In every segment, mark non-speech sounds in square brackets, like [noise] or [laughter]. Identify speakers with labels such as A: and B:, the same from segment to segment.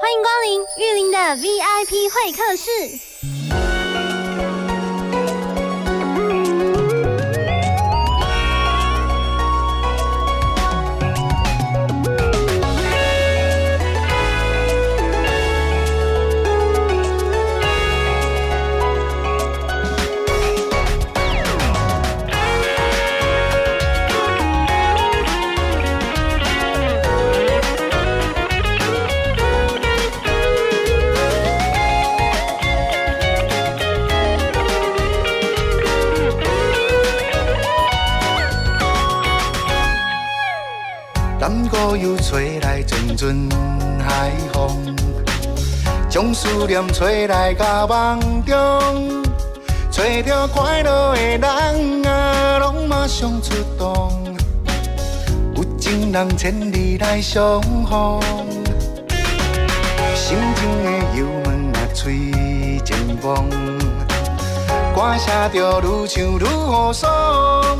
A: 欢迎光临玉林的 VIP 会客室。
B: 感觉要吹来阵阵海风，将思念吹来甲梦中，找着快乐的人啊，拢马上出动。有情人千里来相逢，心情的油门啊，吹前风，歌写着愈唱愈好爽。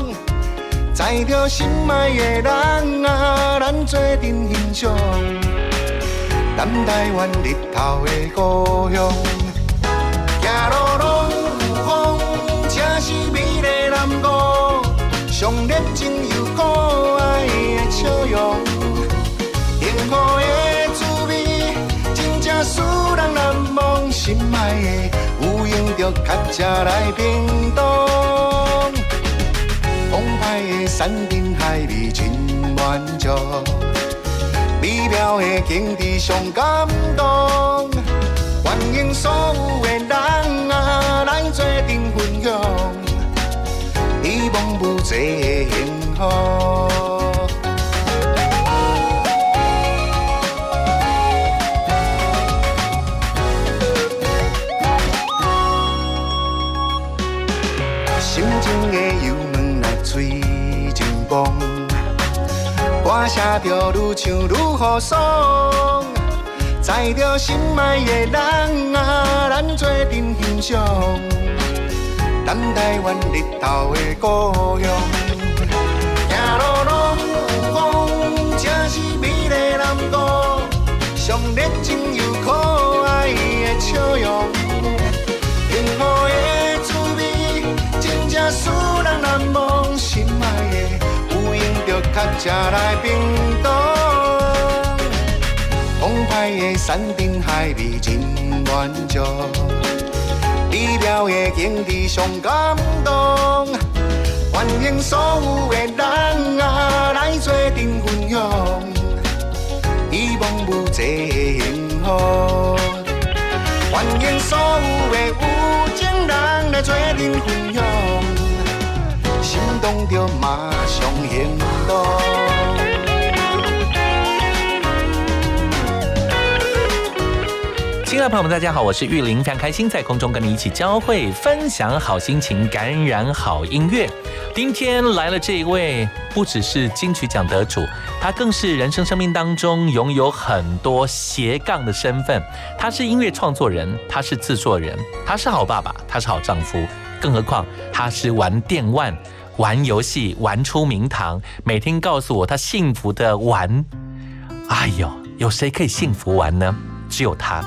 B: 载着心爱的人啊，咱做阵欣赏咱台湾日头的故乡。行路拢有风，这是美丽南国，上热情又可爱的笑容。幸福的滋味，真正使人难忘。心爱的，有闲就开车来屏东。澎湃的山珍海味真满足，美妙的景致上感动。欢迎所有的人啊，来做阵分享，美梦无际的幸福。心情的油门啊，吹真风，歌写着愈唱愈好爽，载着心爱的人啊，咱做阵欣赏咱台湾日头的故乡。行路拢有风，这是美丽南国，上热情又可爱的笑容。幸福的滋味，真正使人难忘。心爱的，有闲就开车来冰岛。澎湃的山珍海味真满足，美妙的景致上感动。欢迎所有的人啊，来做阵分享，希望无际的幸福。欢迎所有的有情人来做阵分享，心动就马上行动。
C: 亲爱的朋友们，大家好，我是玉林，非常开心在空中跟你一起交汇，分享好心情，感染好音乐。今天来了这一位，不只是金曲奖得主，他更是人生生命当中拥有很多斜杠的身份。他是音乐创作人，他是制作人，他是好爸爸，他是好丈夫，更何况他是玩电玩、玩游戏、玩出名堂，每天告诉我他幸福的玩哎呦，有谁可以幸福完呢？只有他。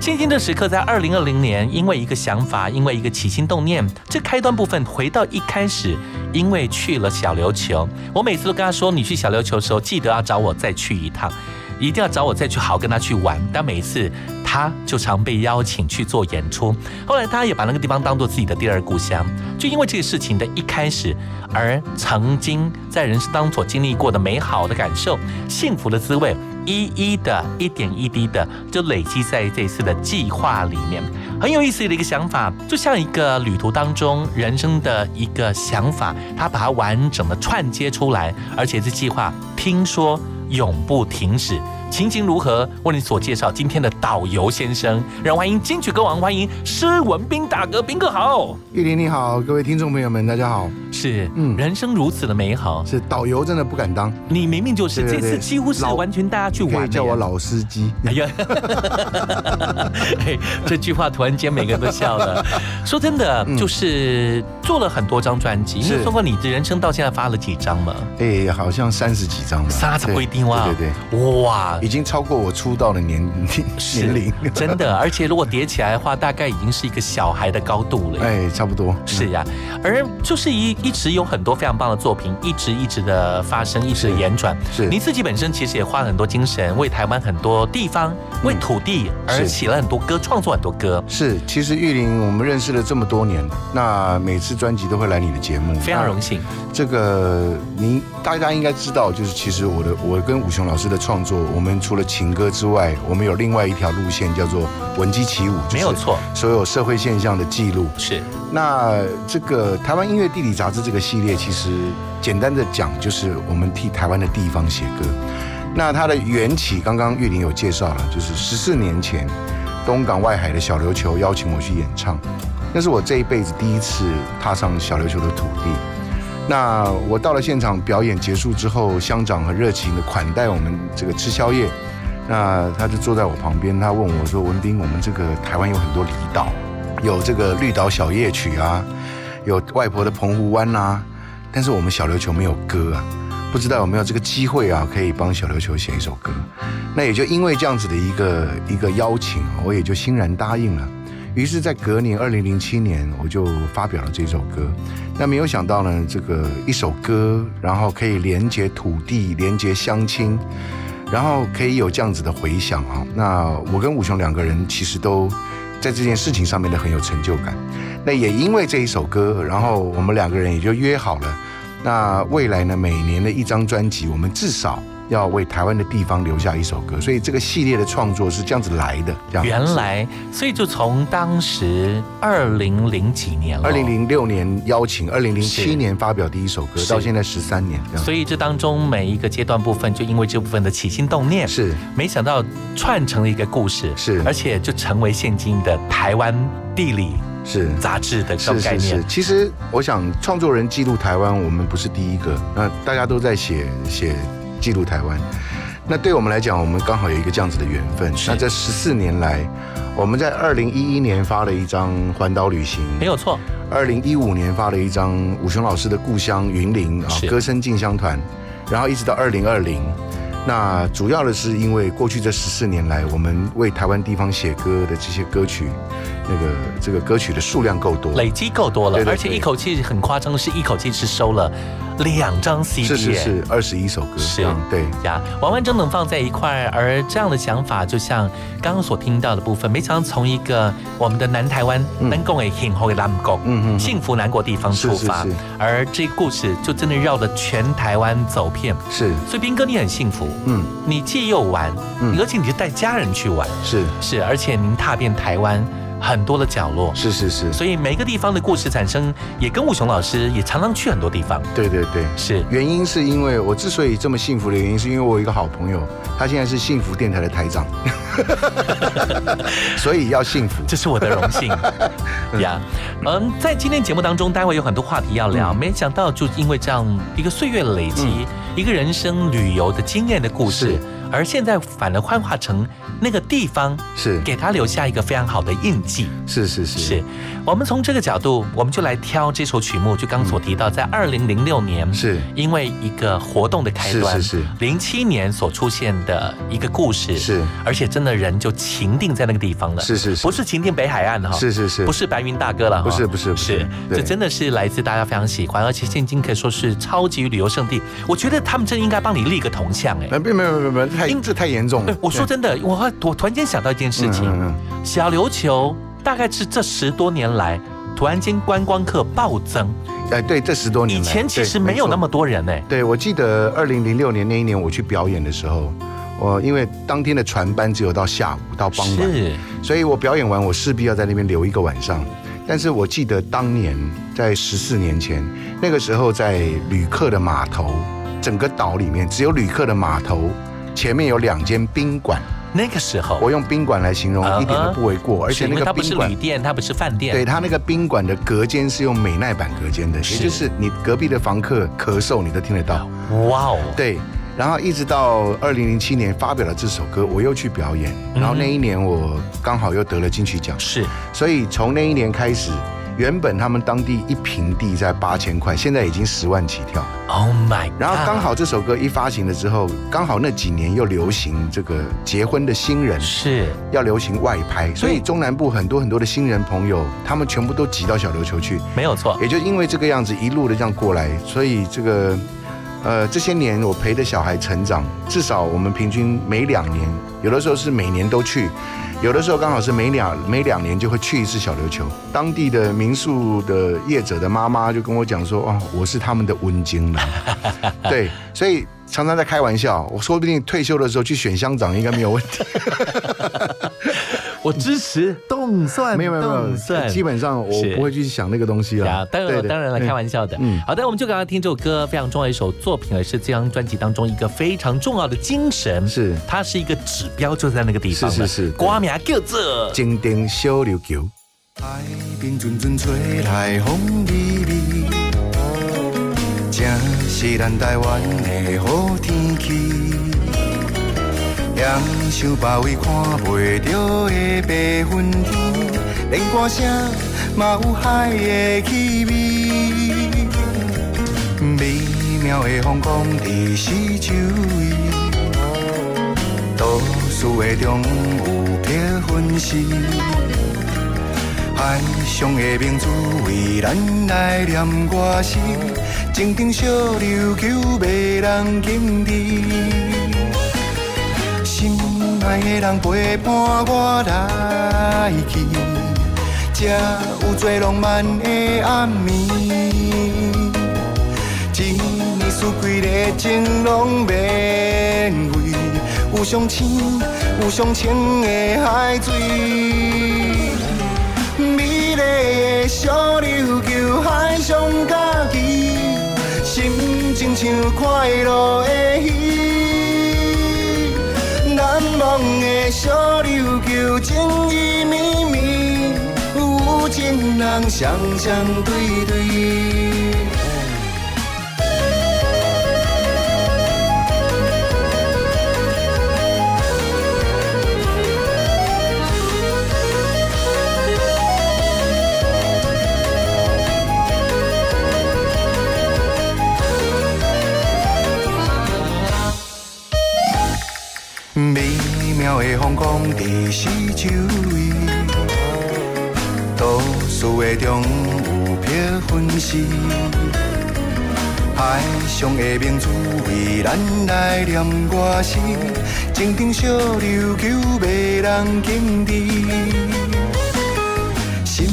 C: 星星的时刻在二零二零年，因为一个想法，因为一个起心动念，这开端部分回到一开始，因为去了小琉球，我每次都跟他说，你去小琉球的时候，记得要找我再去一趟，一定要找我再去好跟他去玩。但每一次他就常被邀请去做演出，后来他也把那个地方当做自己的第二故乡。就因为这个事情的一开始，而曾经在人生当中所经历过的美好的感受、幸福的滋味，一一的、一点一滴的，就累积在这次的计划里面。很有意思的一个想法，就像一个旅途当中人生的一个想法，他把它完整的串接出来，而且这计划听说永不停止。情形如何？为你所介绍今天的导游先生，让我欢迎金曲歌王，欢迎施文斌大哥，斌哥好。
D: 玉林你好，各位听众朋友们，大家好。
C: 是，
D: 嗯
C: 人生如此的美好，
D: 是导游真的不敢当，
C: 你明明就是
D: 对对
C: 这次
D: 对
C: 几乎是
D: 老
C: 完全大家去
D: 可
C: 玩的
D: 以叫
C: 耶
D: 我老司机。
C: [laughs] 哎
D: [laughs]
C: 呀，哎这句话突然间每个人都笑
D: [laughs]
C: 了。说真的，
D: 嗯
C: 就是做了很多张专辑，你
D: 是
C: 有算过你的人生到现在发了几张吗？
D: 哎、好像三十几张吧，
C: 沙子不一定哇，
D: 对对
C: 对，哇
D: 对，已。经超过我出道的年
C: 是
D: 年龄，
C: 真的，而且如果叠起来的话，大概已经是一个小孩的高度了。
D: 哎、差不多。
C: 是呀、而就是一一直有很多非常棒的作品，一直一直的发生，一直
D: 是
C: 延转。
D: 是
C: 您自己本身其实也花了很多精神，为台湾很多地方、为土地而
D: 嗯是
C: 写了很多歌，创作很多歌。
D: 是，其实玉林我们认识了这么多年，那每次专辑都会来你的节目，
C: 非常荣
D: 幸。
C: 幸，
D: 这个您大家应该知道，就是其实我的我跟武雄老师的创作，我们除了情歌之外，我们有另外一条路线叫做闻鸡起舞，就是
C: 没有错，
D: 所有社会现象的记录。
C: 是
D: 那这个台湾音乐地理杂志这个系列，其实简单的讲，就是我们替台湾的地方写歌。那它的缘起，刚刚玉玲有介绍了，就是十四年前，东港外海的小琉球邀请我去演唱，那是我这一辈子第一次踏上小琉球的土地。那我到了现场表演结束之后，乡长很热情的款待我们这个吃宵夜。那他就坐在我旁边，他问我说：“文斌，我们这个台湾有很多离岛，有这个绿岛小夜曲啊，有外婆的澎湖湾啦、但是我们小琉球没有歌啊，不知道有没有这个机会啊，可以帮小琉球写一首歌。”那也就因为这样子的一个一个邀请，我也就欣然答应了。于是，在隔年二零零七年，我就发表了这首歌。那没有想到呢，这个一首歌，然后可以连接土地，连接乡亲，然后可以有这样子的回响啊。那我跟武雄两个人其实都在这件事情上面的很有成就感。那也因为这一首歌，然后我们两个人也就约好了。那未来呢，每年的一张专辑，我们至少要为台湾的地方留下一首歌。所以这个系列的创作是这样子来的，这样子。
C: 原来，所以就从当时二零零几年了，
D: 二零。零六年邀请，二零零
C: 哦是
D: 七年发表第一首歌，
C: 是
D: 到现在十三年这样。
C: 所以这当中每一个阶段部分，就因为这部分的起心动念，
D: 是
C: 没想到串成了一个故事，
D: 是
C: 而且就成为现今的台湾地理
D: 是
C: 杂志的这
D: 是
C: 种概
D: 是是
C: 念，。
D: 其实我想，创作人记录台湾，我们不是第一个，那大家都在写写记录台湾。那对我们来讲，我们刚好有一个这样子的缘分。
C: 是
D: 那这十四年来，我们在二零一一年发了一张《环岛旅行》，
C: 没有错，
D: 二零一五年发了一张武雄老师的故乡云林啊
C: 是，
D: 歌声进香团，然后一直到二零二零。那主要的是因为过去这十四年来，我们为台湾地方写歌的这些歌曲，那个这个歌曲的数量够多，
C: 累积够多了，
D: 对对对
C: 而且一口气很夸张，是一口气是收了两张 CD，
D: 是是
C: 耶
D: 是，二十一首歌，
C: 是
D: 嗯对，
C: 呀，完完整整放在一块儿，而这样的想法，就像刚刚所听到的部分，没想到从一个我们的南台湾
D: 嗯
C: 南贡的幸福的南贡，
D: 嗯嗯
C: 幸福南国地方出发，
D: 是是是
C: 而这个故事就真的绕了全台湾走遍。
D: 是，
C: 所以斌哥，你很幸福，
D: 嗯
C: 你既有玩，
D: 嗯
C: 你而且你就带家人去玩，
D: 是
C: 是，而且您踏遍台湾很多的角落，
D: 是是是，
C: 所以每个地方的故事产生，也跟武雄老师也常常去很多地方，
D: 对对对。
C: 是
D: 原因是因为我之所以这么幸福的原因，是因为我有一个好朋友，他现在是幸福电台的台长， [laughs] 所以要幸福。
C: 这是我的荣 [laughs] 幸呀。嗯，在今天节目当中，待会有很多话题要聊。
D: 嗯
C: 没想到，就因为这样一个岁月的累积，一个人生旅游的经验的故事
D: 是，
C: 而现在反而幻化成那个地方，
D: 是
C: 给他留下一个非常好的印记。
D: 是是是
C: 是我们从这个角度，我们就来挑这首曲目。就刚所提到，在二零零六年
D: 嗯是
C: 因为一个活动的开端，
D: 是是是
C: 零七年所出现的一个故事，
D: 是，
C: 而且真的人就情定在那个地方了，
D: 是是是
C: 不是情定北海岸哈，
D: 是是是
C: 不是白云大哥了哈，
D: 不是不是不是
C: 是，
D: 对
C: 这真的是来自大家非常喜欢，而且现今可以说是超级旅游胜地。
D: 嗯
C: 我觉得他们真应该帮你立个铜像哎
D: 呃，。没有没有没有没有，太
C: 因
D: 这太严重
C: 对
D: 了。，
C: 我说真的，我我突然间想到一件事情，
D: 嗯嗯
C: 小琉球大概是这十多年来突然间观光客暴增，
D: 嗯哎，对，这十多年
C: 以
D: 来
C: 前其
D: 对
C: 实没有
D: 错
C: 那么多人哎，
D: 对，我记得二零零六年那一年我去表演的时候，我因为当天的船班只有到下午到傍晚，
C: 是
D: 所以我表演完我势必要在那边留一个晚上。但是我记得当年在十四年前，那个时候在旅客的码头，整个岛里面只有旅客的码头前面有两间宾馆，
C: 那个时候，
D: 我用宾馆来形容
C: 嗯哼
D: 一点都不为过，而
C: 是
D: 且
C: 因
D: 那
C: 为
D: 个
C: 它不
D: 宾
C: 是
D: 馆
C: 旅。店，它不是饭店，
D: 对，它那个宾馆的隔间是用美耐板隔间的，也
C: 是
D: 就是你隔壁的房客咳嗽你都听得到。
C: 哇哦，
D: 对，然后一直到二零零七年发表了这首歌，我又去表演，
C: 嗯
D: 然后那一年我刚好又得了金曲奖，
C: 是
D: 所以从那一年开始，原本他们当地一平地在八千块，现在已经十万起跳。
C: ，Oh my，God
D: 然后刚好这首歌一发行了之后，刚好那几年又流行这个结婚的新人
C: 是
D: 要流行外拍，所以中南部很多很多的新人朋友，他们全部都挤到小琉球去，
C: 没有错，
D: 也就因为这个样子一路的这样过来，所以这个呃这些年我陪着小孩成长，至少我们平均每两年，有的时候是每年都去，有的时候刚好是每两每两年就会去一次小琉球。当地的民宿的业者的妈妈就跟我讲说，哦，我是他们的温经了，对，所以。常常在开玩笑，我说不定退休的时候去选乡长应该没有问题。
C: 我支持动算，
D: 没有没有没
C: 动
D: 有，
C: 算
D: 基本上我
C: 是
D: 不会去想那个东西
C: 呀
D: 了。
C: 当
D: 对
C: 然
D: 的
C: 当然了，
D: 嗯
C: 开玩笑的。
D: 嗯
C: 好的，我们就刚刚听这首歌，非常重要的一首作品，也是这张专辑当中一个非常重要的精神。
D: 是
C: 它是一个指标，就在那个地方了。
D: 是是是
C: 瓜苗叫这。
D: 金丁小琉球。
B: 海边阵阵吹来风微微，正是咱台湾的好天气。享受别位看袂到的白云天，连歌声嘛有海的气味。美妙的风光伫四周围，都市的中有撇粉丝。海上的明珠为咱来念歌词，情定小琉球袂人禁止。心爱的人陪伴我来去，才有最浪漫的暗暝。一年四季热情拢免费，有上深有上清的海水，美丽的小琉球海上假期，心情像快乐的鱼。难忘的小琉球，情意绵绵，有情人双双对对。美妙的风光伫四周围，都市的中有撇粉丝，海上的明珠为咱来念歌词，情定小琉球袂人禁止。心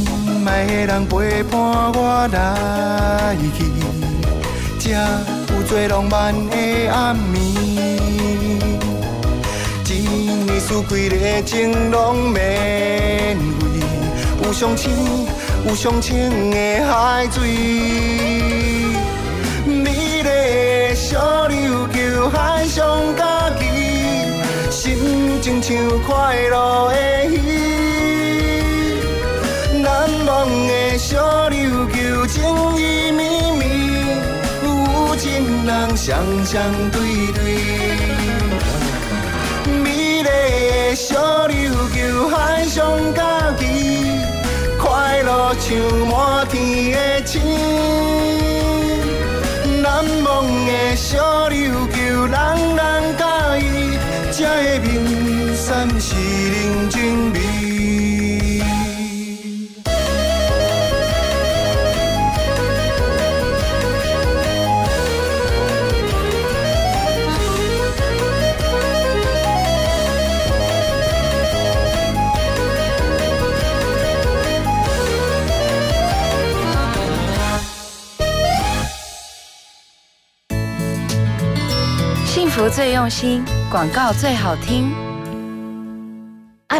B: 爱的人陪伴我来去，才有最浪漫的暗暝。一年四季热情拢免费，有上深有上清的海水。美丽的小琉球海上假期，心情像快乐的鱼。难忘的小琉球，情意绵绵，有情人双双对对。美丽的小琉球海上假期，快乐像满天的星。难忘的小琉球，人人佮意，才会面山是人情味。
E: 幸福最用心，广告最好听。阿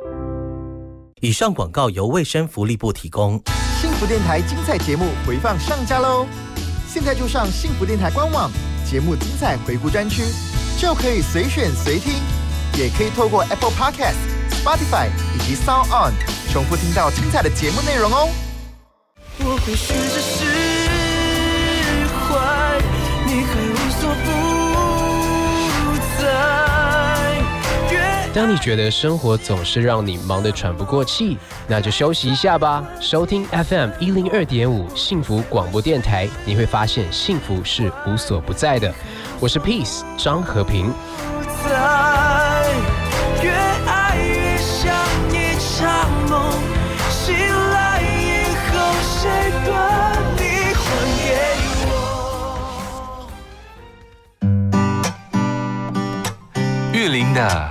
F: 以上广告由卫生福利部提供。
G: 幸福电台精彩节目回放上架喽！现在就上幸福电台官网节目精彩回顾专区，就可以随选随听，也可以透过 Apple Podcast、Spotify 以及 Sound On 重复听到精彩的节目内容哦。
H: 我会试着释怀，你还无所不在。越
I: 当你觉得生活总是让你忙得喘不过气，那就休息一下吧。收听 FM 一零二点五幸福广播电台，你会发现幸福是无所不在的。我是 Peace 张和平。
H: 不在，越爱越像一场梦，醒来以后谁把你还给我？
C: 玉林的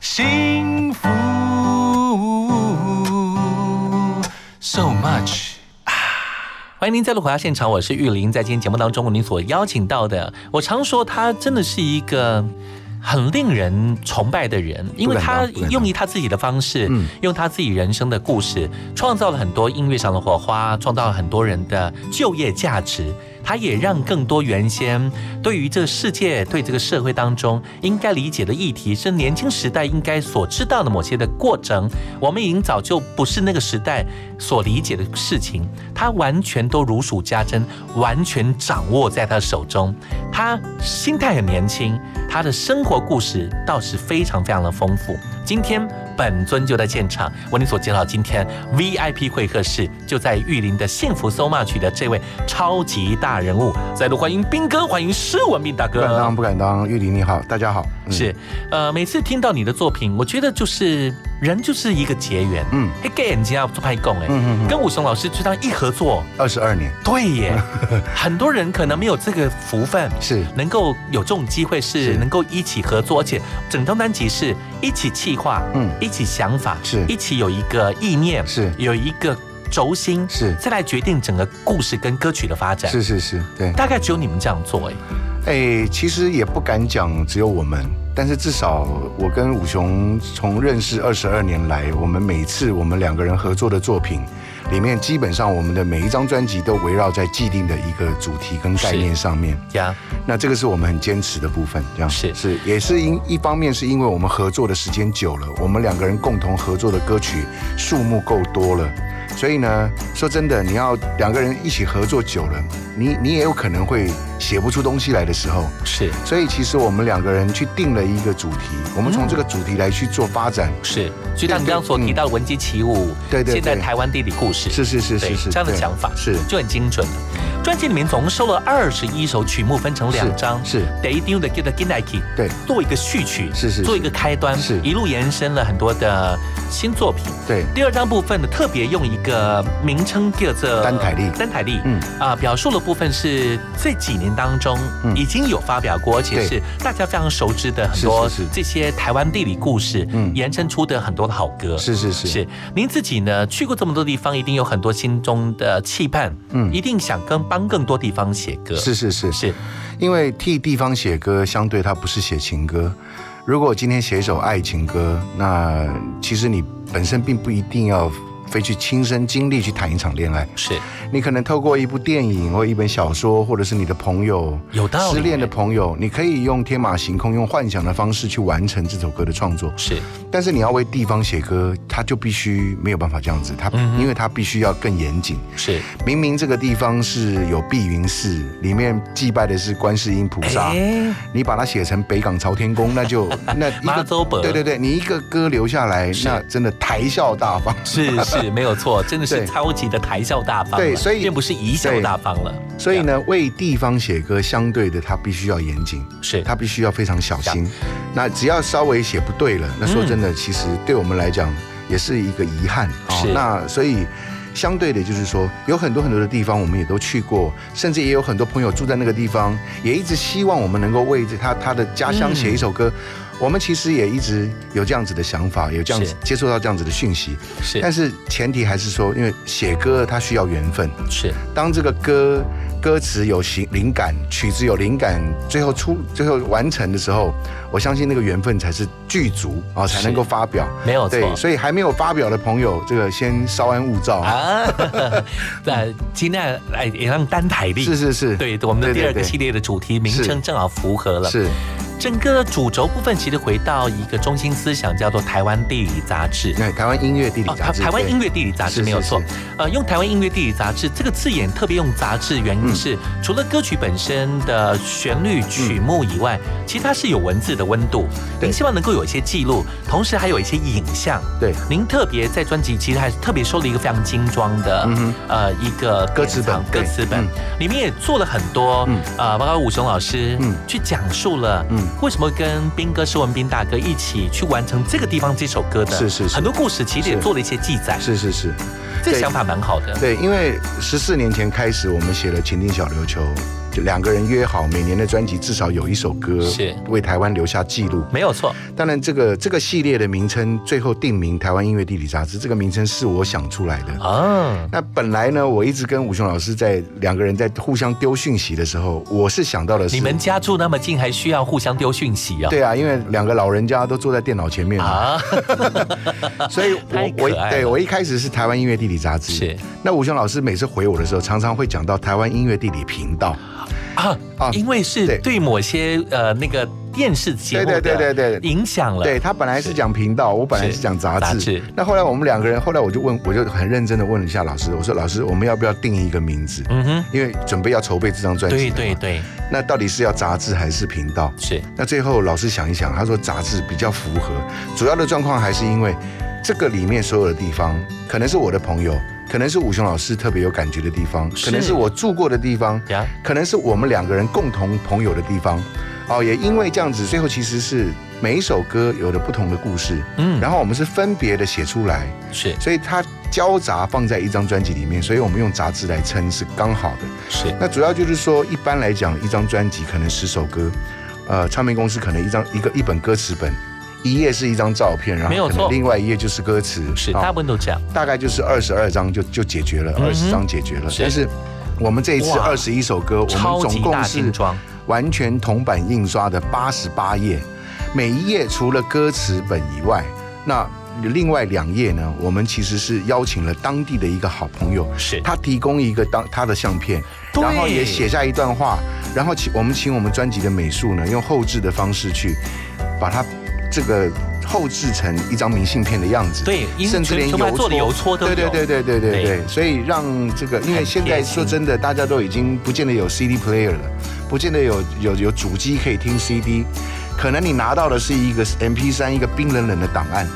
C: 幸福，so much。欢迎您再度回到现场，我是玉林。在今天节目当中，为您所邀请到的，我常说他真的是一个很令人崇拜的人，因为他
D: 不敢当嗯
C: 用以他自己的方式，用他自己人生的故事，创造了很多音乐上的火花，创造了很多人的就业价值。他也让更多原先对于这个世界、对这个社会当中应该理解的议题，是年轻时代应该所知道的某些的过程，我们已经早就不是那个时代所理解的事情，他完全都如数家珍，完全掌握在他手中。他心态很年轻，他的生活故事倒是非常非常的丰富。今天本尊就在现场，为你所介绍今天 VIP 会客室就在玉林的幸福 so much 的这位超级大人物，再度欢迎斌哥，欢迎施文斌大
D: 不
C: 哥。
D: 敢当，不敢当。玉林你好，大家好。嗯
C: 是，呃，每次听到你的作品，我觉得就是人就是一个结缘，嗯
D: 嗯，
C: 嘿，gay 人家做派供哎，
D: 嗯嗯嗯
C: 跟武松老师就当一合作，
D: 二十二年，
C: 对 [laughs] 耶，很多人可能没有这个福分，
D: 是
C: 能够有这种机会是
D: 是
C: 能够一起合作，而且整张专辑是一起企划，嗯
D: 嗯，
C: 一起想法，
D: 是
C: 一起有一个意念，
D: 是
C: 有一个轴心，
D: 是
C: 再来决定整个故事跟歌曲的发展，
D: 是是是，对。
C: 大概只有你们这样做哎，
D: 哎，其实也不敢讲只有我们，但是至少我跟武雄从认识二十二年来，我们每次我们两个人合作的作品里面，基本上我们的每一张专辑都围绕在既定的一个主题跟概念上面。
C: 呀，
D: 那这个是我们很坚持的部分，这样
C: 是
D: 是，也是因一方面是因为我们合作的时间久了，我们两个人共同合作的歌曲数目够多了，所以呢，说真的，你要两个人一起合作久了，你你也有可能会写不出东西来的时候，
C: 是
D: 所以其实我们两个人去定了一个主题，我们从这个主题来去做发展，
C: 是，就像你刚刚所提到的文姬起舞，
D: 对对对
C: 现在台湾地理故事，
D: 是是是
C: 对
D: 是是
C: 这样的
D: 对
C: 想法
D: 是
C: 就很精准了。专辑里面总共收了二十一首曲目，分成两张，
D: 是是
C: 《Day Do 的 Get Get Nike》，
D: 对，
C: 做一个序曲，
D: 是是是
C: 做一个开端，
D: 是
C: 一路延伸了很多的新作品。
D: 对
C: 第二章部分呢，特别用一个名称叫做
D: 丹凯利
C: 丹凯利，嗯
D: 嗯
C: 啊、表述的部分是这几年当中
D: 嗯
C: 已经有发表过，而且
D: 对
C: 是大家非常熟知的很多
D: 是是是
C: 这些台湾地理故事，嗯
D: 嗯，
C: 延伸出的很多的好歌，
D: 是是是
C: 是。您自己呢，去过这么多地方，一定有很多心中的期盼，嗯，
D: 嗯
C: 一定想跟帮更多地方写歌，
D: 是是是
C: 是，
D: 因为替地方写歌，相对它不是写情歌。如果我今天写一首爱情歌，那其实你本身并不一定要非去亲身经历去谈一场恋爱。
C: 是
D: 你可能透过一部电影或一本小说，或者是你的朋友
C: 有道理
D: 失恋的朋友，你可以用天马行空、用幻想的方式去完成这首歌的创作。
C: 是，
D: 但是你要为地方写歌，他就必须没有办法这样子，他、
C: 嗯
D: 因为他必须要更严谨。
C: 是，
D: 明明这个地方是有碧云寺，里面祭拜的是观世音菩萨，
C: 哎
D: 你把它写成北港朝天宫，
C: [laughs]
D: 那就那
C: 妈
D: 一
C: 祖
D: 个
C: 伯
D: 对对对，你一个歌留下来，
C: 是
D: 那真的台笑大方。
C: 是
D: [laughs]
C: 是，没有错，真的是
D: 对
C: 超级的台笑大方了，
D: 对所以
C: 并不是贻笑
D: 对
C: 大方了。
D: 所以呢，为地方写歌，相对的，它必须要严谨，
C: 是
D: 它必须要非常小心。那只要稍微写不对了，那
C: 嗯
D: 说真的，其实对我们来讲也是一个遗憾啊、
C: 是
D: 那所以。相对的，就是说，有很多很多的地方我们也都去过，甚至也有很多朋友住在那个地方，也一直希望我们能够为这他他的家乡写一首
C: 嗯
D: 歌。我们其实也一直有这样子的想法，有这样子
C: 是
D: 接受到这样子的讯息。
C: 是
D: 但是前提还是说，因为写歌它需要缘分。
C: 是
D: 当这个歌歌词有形灵感，曲子有灵感，最后出最后完成的时候，我相信那个缘分才是具足啊，才能够发表。
C: 没有错
D: 对，所以还没有发表的朋友，这个先稍安勿躁啊。
C: 啊，那今天哎也让单台历
D: 是是是，
C: 对我们的
D: 对对
C: 第二个
D: 对
C: 系列的主题名
D: 是
C: 称正好符合了。
D: 是
C: 整个主轴部分其实回到一个中心思想，叫做台湾地理杂志。
D: 那台湾音乐地理
C: 哦，
D: 杂
C: 台
D: 志，
C: 台湾
D: 对
C: 音乐地理杂
D: 是
C: 志没有
D: 是
C: 错
D: 是。
C: 呃，用台湾音乐地理杂志这个字眼，特别用杂志，原
D: 嗯
C: 因是、除了歌曲本身的旋律曲目以外，
D: 嗯
C: 其实它是有文字的温度。您希望能够有一些记录，同时还有一些影像。
D: 对
C: 您特别在专辑其实还特别收了一个非常精装的、
D: 嗯哼
C: 呃一个
D: 歌词本
C: 典藏
D: 对
C: 歌词本、里面也做了很多、
D: 嗯
C: 呃，包括武雄老师、
D: 嗯
C: 去讲述了
D: 嗯
C: 为什么跟斌哥施文斌大哥一起去完成这个地方这首歌的，
D: 是是是
C: 很多故事其实也
D: 是
C: 做了一些记载，
D: 是是是，
C: 这
D: 对
C: 想法蛮好的，
D: 对，因为十四年前开始，我们写了《情定小琉球》，就两个人约好，每年的专辑至少有一首歌
C: 是
D: 为台湾留下记录。
C: 没有错，
D: 当然，这个这个系列的名称最后定名《台湾音乐地理杂志》，这个名称是我想出来的。
C: 啊，
D: 那本来呢，我一直跟武雄老师在两个人在互相丢讯息的时候，我是想到的是
C: 你们家住那么近，还需要互相丢讯息啊？
D: 对啊，因为两个老人家都坐在电脑前面嘛，
C: 啊，
D: [laughs] 所以
C: [laughs] 太
D: 我
C: 可
D: 我
C: 爱了
D: 对我一开始是台湾音乐地理杂志，
C: 是
D: 那武雄老师每次回我的时候，常常会讲到台湾音乐地理频道，
C: 啊
D: 啊
C: 因为是
D: 对
C: 对某些呃那个电视节目
D: 对对对对
C: 的
D: 对
C: 影响了，
D: 对他本来是讲频道，我本来是讲杂
C: 杂
D: 志。
C: 志
D: 那后来我们两个人，后来我就问，我就很认真的问了一下老师，我说老师，我们要不要定一个名字？
C: 嗯哼，
D: 因为准备要筹备这张专辑
C: 对
D: 了嘛，
C: 对对，
D: 那到底是要杂志还是频道？
C: 是
D: 那最后老师想一想，他说杂志比较符合，主要的状况还是因为这个里面所有的地方，可能是我的朋友，可能是武雄老师特别有感觉的地方，
C: 是
D: 可能是我住过的地方，
C: 呀，
D: 可能是我们两个人共同朋友的地方。哦，也因为这样子，最后其实是每一首歌有着不同的故事，
C: 嗯，
D: 然后我们是分别的写出来，
C: 是
D: 所以它交杂放在一张专辑里面，所以我们用杂志来称是刚好的。
C: 是
D: 那主要就是说，一般来讲，一张专辑可能十首歌，呃，唱片公司可能一张一个一本歌词本，一页是一张照片，然
C: 没有
D: 后可能
C: 错
D: 另外一页就是歌词，
C: 是，
D: 啊
C: 大部分都这样，
D: 大概就是二十二张就就解决了，
C: 嗯哼
D: 二十张解决了。
C: 是
D: 但是我们这一次
C: 哇
D: 二十一首歌，我们
C: 超
D: 总
C: 级
D: 共
C: 大
D: 是
C: 精装，
D: 完全铜版印刷的八十八页，每一页除了歌词本以外，那另外两页呢，我们其实是邀请了当地的一个好朋友，
C: 是
D: 他提供一个当他的相片，
C: 对
D: 然后也写下一段话，然后请我们请我们专辑的美术呢，用后置的方式去把它这个后置成一张明信片的样子，
C: 对因为
D: 甚至连
C: 全部还
D: 邮
C: 做
D: 戳
C: 了邮戳都
D: 对对
C: 有
D: 对对对对
C: 对
D: 对，所以让这个，因为
C: 很
D: 现
C: 贴
D: 在
C: 心
D: 说真的，大家都已经不见得有 CD player 了，不见得有有有主机可以听 CD，可能你拿到的是一个 MP 3一个冰冷冷的档案。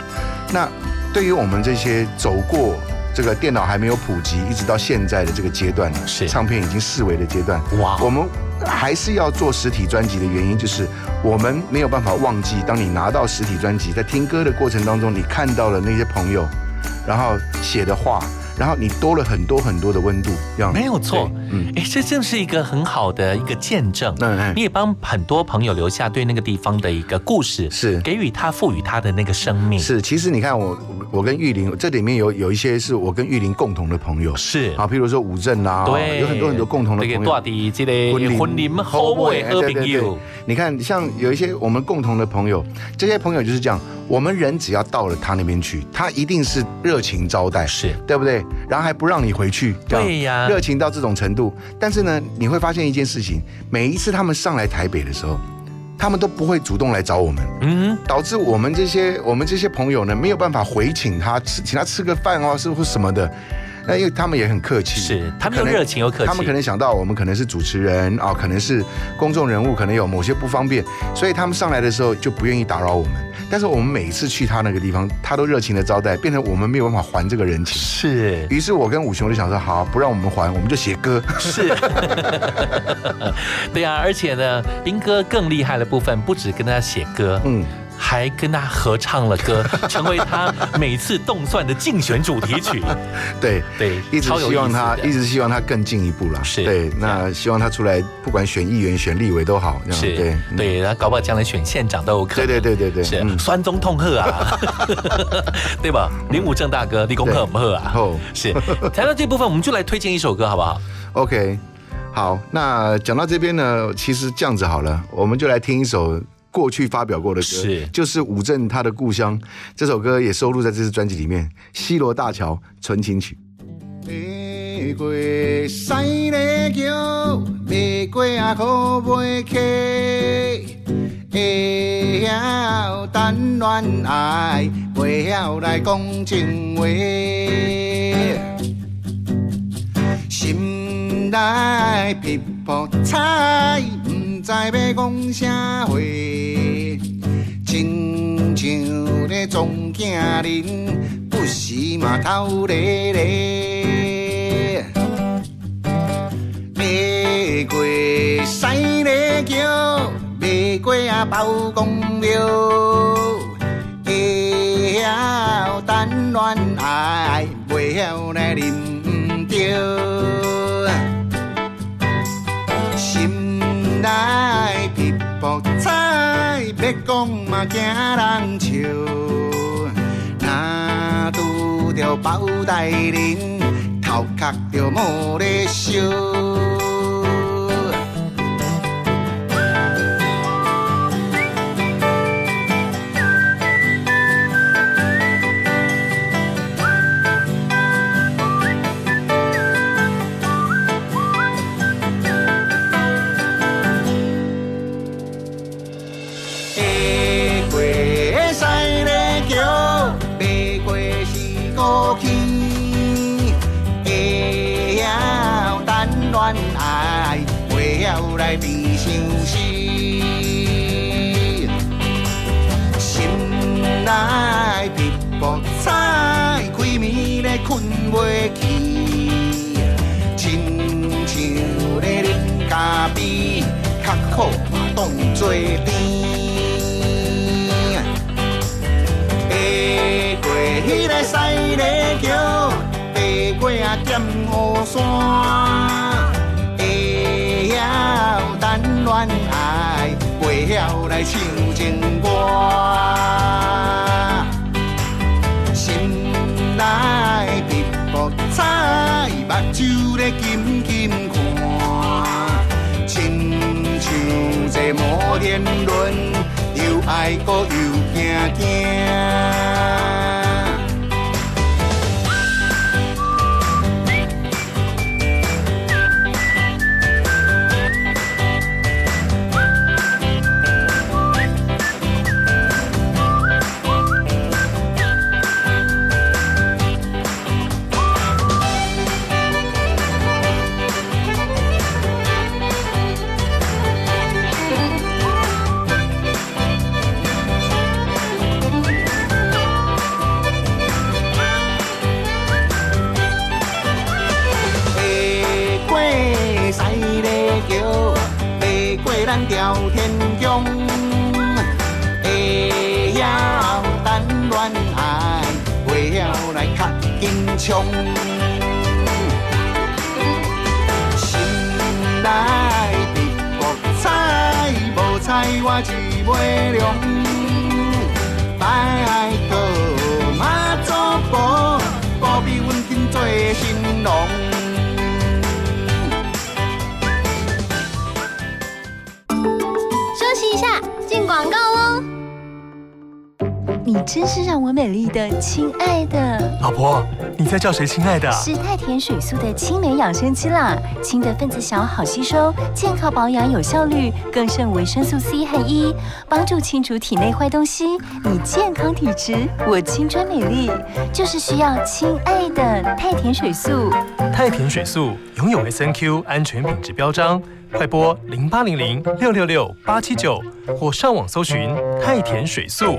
D: 那对于我们这些走过这个电脑还没有普及，一直到现在的这个阶段，
C: 是
D: 唱片已经视为的阶段，
C: 哇
D: 我们还是要做实体专辑的原因，就是我们没有办法忘记，当你拿到实体专辑，在听歌的过程当中，你看到了那些朋友，然后写的话，然后你多了很多很多的温度，这样
C: 没有错
D: 对，
C: 嗯
D: 嗯，
C: 哎，这正是一个很好的一个见证。
D: 嗯嗯
C: 你也帮很多朋友留下对那个地方的一个故事，
D: 是
C: 给予他赋予他的那个生命，
D: 是，其实你看我，我跟玉林这里面有有一些是我跟玉林共同的朋友，
C: 是
D: 啊，譬如说武正啦，
C: 对，
D: 有很多很多共同的朋
C: 这
D: 友
C: 个，大地这个婚礼后尾
D: 哎
C: 二
D: 对对
C: 朋
D: 对
C: 友，，
D: 你看，像有一些我们共同的朋友，这些朋友就是这样，我们人只要到了他那边去，他一定是热情招待，
C: 是
D: 对不对？然后还不让你回去，这样
C: 对呀
D: 热情到这种程度。但是呢，你会发现一件事情，每一次他们上来台北的时候，他们都不会主动来找我们，
C: 嗯，
D: 导致我们这些我们这些朋友呢，没有办法回请他吃，请他吃个饭哦，是或什么的。那因为他们也很客气，
C: 是他们又
D: 可能
C: 热情又客气
D: 他们可能想到我们可能是主持人啊、可能是公众人物，可能有某些不方便，所以他们上来的时候就不愿意打扰我们。但是我们每一次去他那个地方，他都热情的招待，变成我们没有办法还这个人情。
C: 是，
D: 于是我跟武雄就想说，好，不让我们还，我们就写歌。
C: 是，对啊，而且呢，斌哥更厉害的部分，不止跟他写歌，
D: 嗯。
C: 还跟他合唱了
D: [laughs]
C: 歌，成为他每次动算的竞选主题曲。
D: 对
C: 对，
D: [laughs] 一直
C: 超有
D: 希望
C: 意思
D: 他，
C: 的
D: 一直希望他更进一步啦。是对，那希望他出来，不管选议员、选立委都好。这样
C: 是
D: 对，嗯
C: 对，然后搞不好将来选县长都有可能。
D: 对对对对对嗯
C: 是酸中痛喝
D: [laughs]
C: 啊，对吧？林武正大哥，立功喝不喝啊？
D: 哦，
C: 是。谈到这部分，我们就来推荐一首歌，好不好？
D: OK，好，那讲到这边呢，其实这样子好了，我们就来听一首过去发表过的歌，
C: 是
D: 就是武正他的故乡，这首歌也收录在这次专辑里面，《西罗大桥纯情曲》。
B: 爬过西丽桥，爬过啊苦袂起，会晓谈恋爱，袂晓来讲情话，心内皮薄菜，毋知要讲啥话，亲像咧撞囝人，不时嘛偷咧咧。爬过西丽桥，爬过啊包公庙，会晓谈恋爱，袂晓来啉唔着。心内皮薄菜，要讲嘛惊人笑。若拄着包大人，头壳着无咧烧。爬过西丽桥，爬过西古溪，会晓谈恋爱，袂晓来变相思。心内直薄彩，规暝咧困袂去，亲像咧啉咖啡，较苦嘛当作甜。爬过迄个西丽桥，爬过啊剑湖山，会晓谈恋爱，袂晓来唱情歌。心内直薄彩，目睭咧金金看，亲像这摩天轮，又爱搁又惊惊。爬过西丽桥，爬过咱朝天宫，会晓谈恋爱，袂晓来较紧冲。心内直无彩，无彩我是袂凉。拜托妈祖婆，保庇阮紧做新郎。
A: 哦休息一下，进广告喽。
J: 你
K: 真是让我美丽的亲爱的。
L: 老婆，你在叫谁亲爱的啊？
K: 是太田水素的青梅养生机啦，氢的分子小，好吸收，健康保养有效率，更胜维生素 C 和 E，帮助清除体内坏东西。你健康体质，我青春美丽，就是需要亲爱的太田水素。
L: 太田水素拥有 SNQ 安全品质标章，快拨零八零零六六六八七九或上网搜寻太田水素。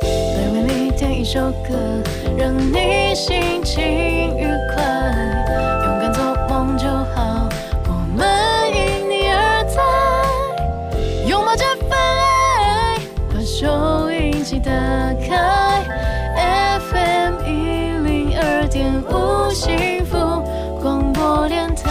M: 每晚里听一首歌，让你心情愉快，勇敢做梦就好，我们因你而在，拥抱这份爱，把收音机打开，FM 一零二点五幸福广播电台。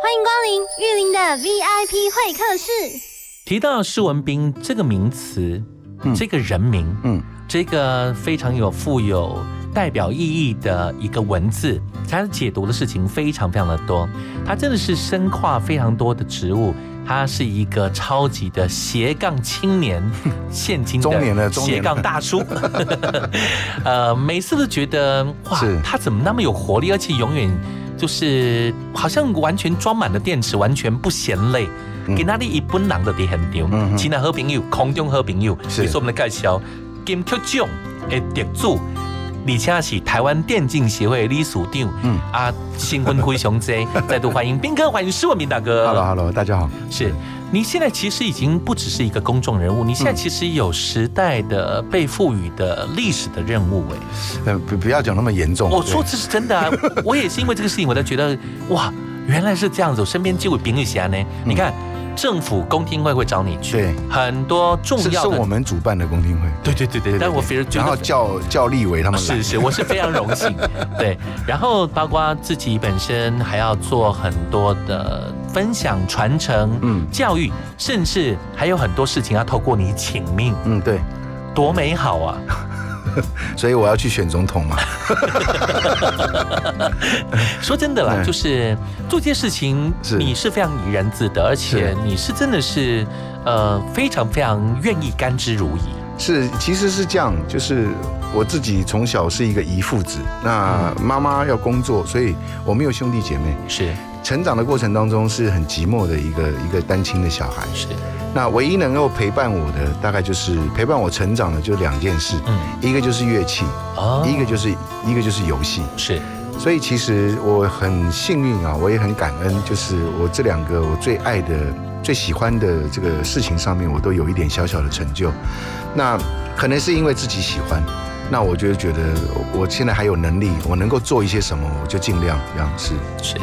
A: 欢迎光临玉林的 VIP 会客室。
C: 提到施文斌这个名词，这个人名，嗯，这个非常有富有代表意义的一个文字，它解读的事情非常非常的多，它真的是深跨非常多的职务。他是一个超级的斜杠青
D: [laughs]
C: 年，现今
D: 中年了中年
C: 斜
D: 了
C: 杠大
D: [laughs]
C: 叔。呃，每次都觉得哇，他怎么那么有活力，而且永远就是好像完全装满了电池，完全不嫌累。给那里一本人的你很牛，请他好朋友，空中好朋友，也嗯是我们的介绍。金曲奖的得主，而且是台湾电竞协会的理事长。嗯啊，新婚灰熊 Z，再 [laughs] 度欢迎斌哥，欢迎施文斌大哥。
D: Hello，Hello，大家好。
C: 是你现在其实已经不只是一个公众人物，你现在其实有时代的被赋予的历史的任务。哎，
D: 呃，不不要讲那么严重。
C: 我哦说
D: 对
C: 这是真的啊，我也是因为这个事情，我才觉得哇，原来是这样子。我身边就有朋友侠呢，
D: 嗯
C: 你看政府公听会会找你去，对，很多重
D: 是
C: 要
D: 是
C: 的。
D: 我们主办的公听会。
C: 对对对对，
D: 但
C: 我反而觉得
D: 然后叫叫立伟他们来。
C: 是是，我是非常荣
D: [laughs]
C: 幸。对，然后包括自己本身还要做很多的分享、传承、嗯，教育，甚至还有很多事情要透过你请命。
D: 嗯，对，
C: 多美好啊！
D: 所以我要去选总统嘛。
C: 说真的啦，
D: 嗯
C: 就是做这些事情，你是非常怡然自得，而且你是真的是呃非常非常愿意甘之如饴。
D: 是，其实是这样，就是我自己从小是一个遗腹子，那妈妈要工作，所以我没有兄弟姐妹。
C: 是，
D: 成长的过程当中是很寂寞的一个一个单亲的小孩。
C: 是，
D: 那唯一能够陪伴我的，大概就是陪伴我成长的就两件事，嗯，一个就是乐器，
C: 哦
D: 一个就是一个就是游戏。
C: 是。
D: 所以其实我很幸运啊，我也很感恩，就是我这两个我最爱的、最喜欢的这个事情上面，我都有一点小小的成就。那可能是因为自己喜欢，那我就觉得我现在还有能力，我能够做一些什么，我就尽量这样是
C: 是。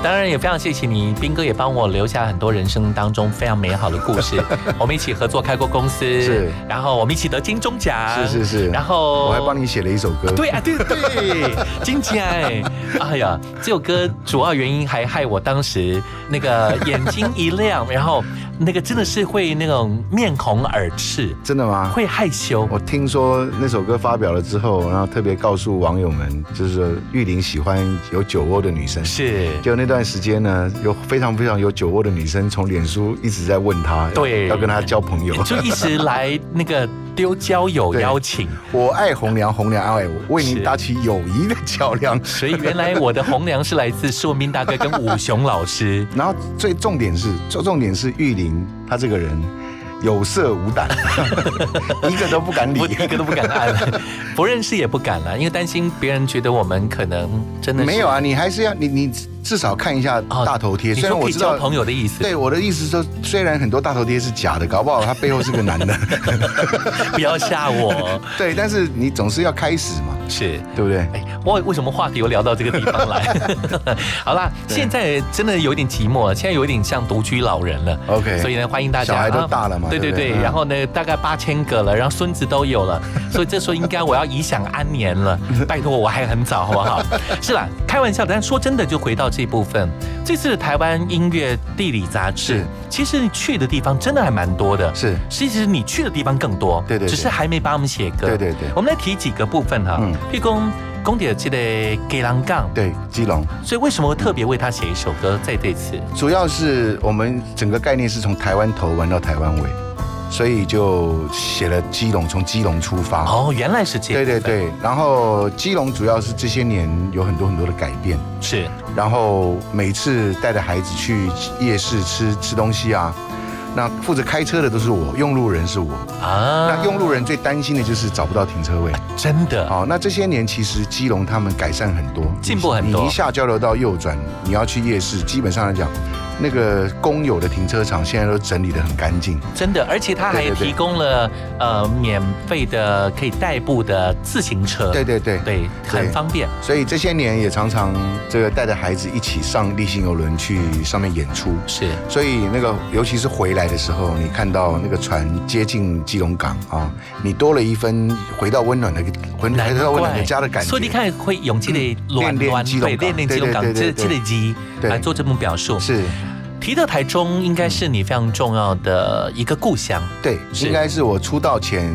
C: 当然也非常谢谢你，斌哥也帮我留下很多人生当中非常美好的故事。我们一起合作开过公司，
D: 是，
C: 然后我们一起得金钟奖，
D: 是是是。
C: 啊然后
D: 我还帮你写了一首歌，
C: 对啊，对对，金姐哎，哎呀，这首歌主要原因还害我当时那个眼睛一亮，然后那个真的是会那种面红耳赤，
D: 真的吗？
C: 会害羞。
D: 我听说那首歌发表了之后，然后特别告诉网友们，就是说玉玲喜欢有酒窝的女生。
C: 是，
D: 就那段时间呢，有非常非常有酒窝的女生从脸书一直在问她，
C: 对 [laughs]
D: 要跟她交朋友，
C: 就一直来那个丢交友邀请。
D: 我爱红娘，红娘爱我，为您搭起友谊的桥梁。
C: 所以原来我的红娘是来自硕明大哥跟武雄老师。
D: 然后最重点是，最重点是玉林他这个人。有色无胆， [laughs] 一个都不敢理，
C: 一个都不敢 [laughs] 按，不认识也不敢啊了，因为担心别人觉得我们可能真的
D: 没
C: [laughs]
D: 有啊。你还是要你你至少看一下大头贴，哦、
C: 虽然我知道朋友的意思。
D: 对我的意思说，虽然很多大头贴是假的，搞不好他背后是个男
C: [laughs]
D: 的。
C: 不要吓我。
D: 对，但是你总是要开始嘛，
C: 是
D: 对不对？
C: 哎，我为什么话题又聊到这个地方来？ [laughs] 好啦，现在真的有点寂寞，现在有点像独居老人了。
D: OK，
C: 所以呢，欢迎大家。
D: 小孩都大了嘛。
C: 对对对，
D: 啊
C: 然后呢，大概八千个了，然后孙子都有了，所以这时候应该我要颐享安年了。拜托，我还很早，好不好？是啦，开玩笑，但说真的，就回到这部分，这次的台湾音乐地理杂志，其实你去的地方真的还蛮多的，
D: 是，
C: 其实你去的地方更多，
D: 对,对对，
C: 只是还没帮我们写歌，
D: 对对对，
C: 我们来提几个部分哈，嗯，譬如公爹记得给狼杠，
D: 对基隆，
C: 所以为什么特别为他写一首歌在这次？
D: 主要是我们整个概念是从台湾头玩到台湾尾，所以就写了基隆，从基隆出发。
C: 哦，原来是这
D: 样。对对对，然后基隆主要是这些年有很多很多的改变，
C: 是。
D: 然后每次带着孩子去夜市吃吃东西啊。那负责开车的都是我，用路人是我啊。那用路人最担心的就是找不到停
C: [laughs]
D: 车位，啊、
C: 真的。
D: 好、哦，那这些年其实基隆他们改善很多，
C: 进步很多。
D: 你一下交流道右转，你要去夜市，基本上来讲，那个公有的停车场现在都整理的很干净，
C: 真的。而且他还提供了呃免费的可以代步的自行车，
D: 对对对
C: 对，很方便。
D: 所以这些年也常常这个带着孩子一起上立新游轮去上面演出，
C: 是。
D: 所以那个尤其是回来。的时候，你看到那个船接近基隆港啊，你多了一分回到温暖的、回到温暖的家的感觉。
C: 所以你看，会用这类暖暖对练练基隆港这这类机来做这种表述。
D: 是
C: 提到台中，应该是你非常重要的一个故乡。
D: 对，应该是我出道前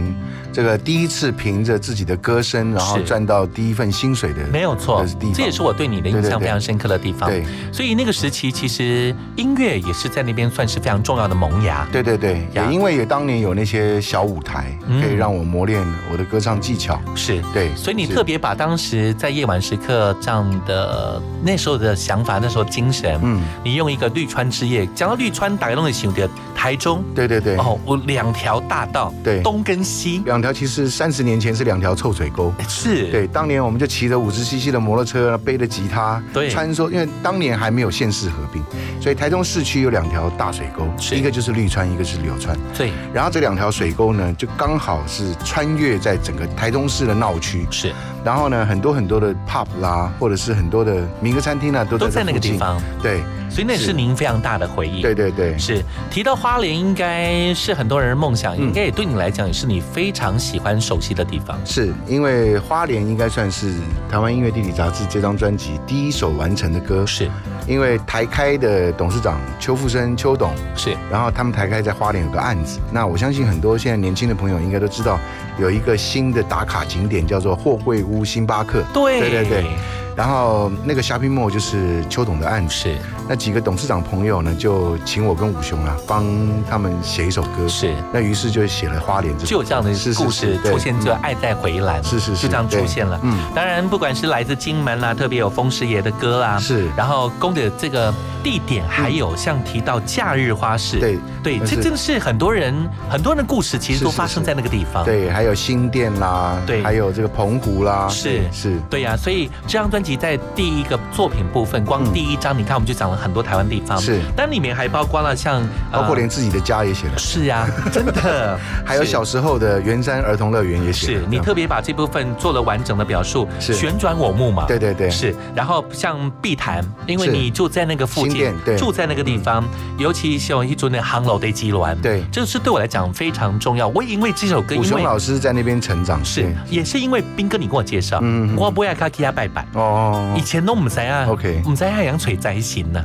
D: 这个第一次凭着自己的歌声，然后赚到第一份薪水的，
C: 没有错。这也是我对你的印象非常深刻的地方。
D: 对，
C: 所以那个时期其实音乐也是在那边算是非常重要的萌芽。
D: 对对对，也因为也当年有那些小舞台，可以让我磨练我的歌唱技巧。
C: 是
D: 对，
C: 嗯所以你特别把当时在夜晚时刻这样的那时候的想法，那时候精神，嗯，你用一个绿川。之夜，讲到绿川，大家都会想的台中，
D: 对对对，
C: 哦，我两条大道，
D: 对，
C: 东跟西，
D: 两条其实三十年前是两条臭水沟，
C: 是，
D: 对，当年我们就骑着五十 cc 的摩托车，背着吉他，
C: 对，
D: 穿梭，因为当年还没有县市合并，所以台中市区有两条大水沟，一个就是绿川，一个是柳川，
C: 对，
D: 然后这两条水沟呢，就刚好是穿越在整个台中市的闹区，
C: 是，
D: 然后呢，很多很多的 pub 啦，或者是很多的民歌餐厅啊，都
C: 都在那个地方，
D: 对，
C: 所以那是您非常。大的回忆，
D: 对对对，
C: 是提到花莲，应该是很多人梦想，应该也对你来讲也是你非常喜欢熟悉的地方。
D: 是因为花莲应该算是台湾音乐地理杂志这张专辑第一首完成的歌，
C: 是
D: 因为台开的董事长邱富生邱董
C: 是，
D: 然后他们台开在花莲有个案子，那我相信很多现在年轻的朋友应该都知道，有一个新的打卡景点叫做货柜屋星巴克，
C: 对
D: 对对对。然后那个 shopping mall 就是邱董的案子，
C: 是
D: 那几个董事长朋友呢，就请我跟武雄啊帮他们写一首歌，
C: 是
D: 那于是就写了《花莲》
C: 就有这样的故事出现，就爱在回蓝，
D: 是是是，
C: 就这样出现了。嗯，当然不管是来自金门啦、啊，特别有风师爷的歌啦、啊，
D: 是，
C: 然后公的这个地点，还有像提到假日花市，
D: 对
C: 对，这真的是很多人很多人的故事，其实都发生在那个地方。
D: 对，还有新店啦，
C: 对，
D: 还有这个澎湖啦，
C: 是
D: 是，
C: 对呀，所以这张专。集在第一个作品部分，光第一章，你看我们就讲了很多台湾地方，
D: 嗯是，
C: 但里面还包括了像，呃
D: 包括连自己的家也写了，
C: 是
D: [laughs]
C: 啊，真的，
D: 还有小时嗯候的圆山儿童乐园也写，
C: 是你特别把这部分做了完整的表述，旋转我木嘛，
D: 对对对，
C: 是，然后像碧潭，因为你就在那个附近，住在那个地方，尤其像一尊的航楼的基卵，
D: 嗯对，
C: 这是对我来讲非常重要，我也因为这首歌，
D: 武雄老师在那边成长，
C: 是，也是因为斌哥你跟我介绍，嗯，我不要卡基亚拜拜哦。
D: 哦，
C: 以前都唔知啊
D: ，OK，
C: 唔知海洋锤灾型
D: [laughs]
C: 呢，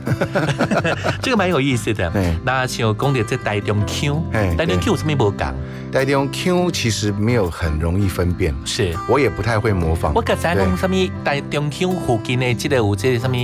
C: 这个蛮有意思的。那像讲到这台中 Q，台中 Q 有什么无讲？
D: 台中 Q 其实没有很容易分辨，
C: 是
D: 我也不太会模仿。
C: 我刚才讲什么台中 Q 附近的这个有这什么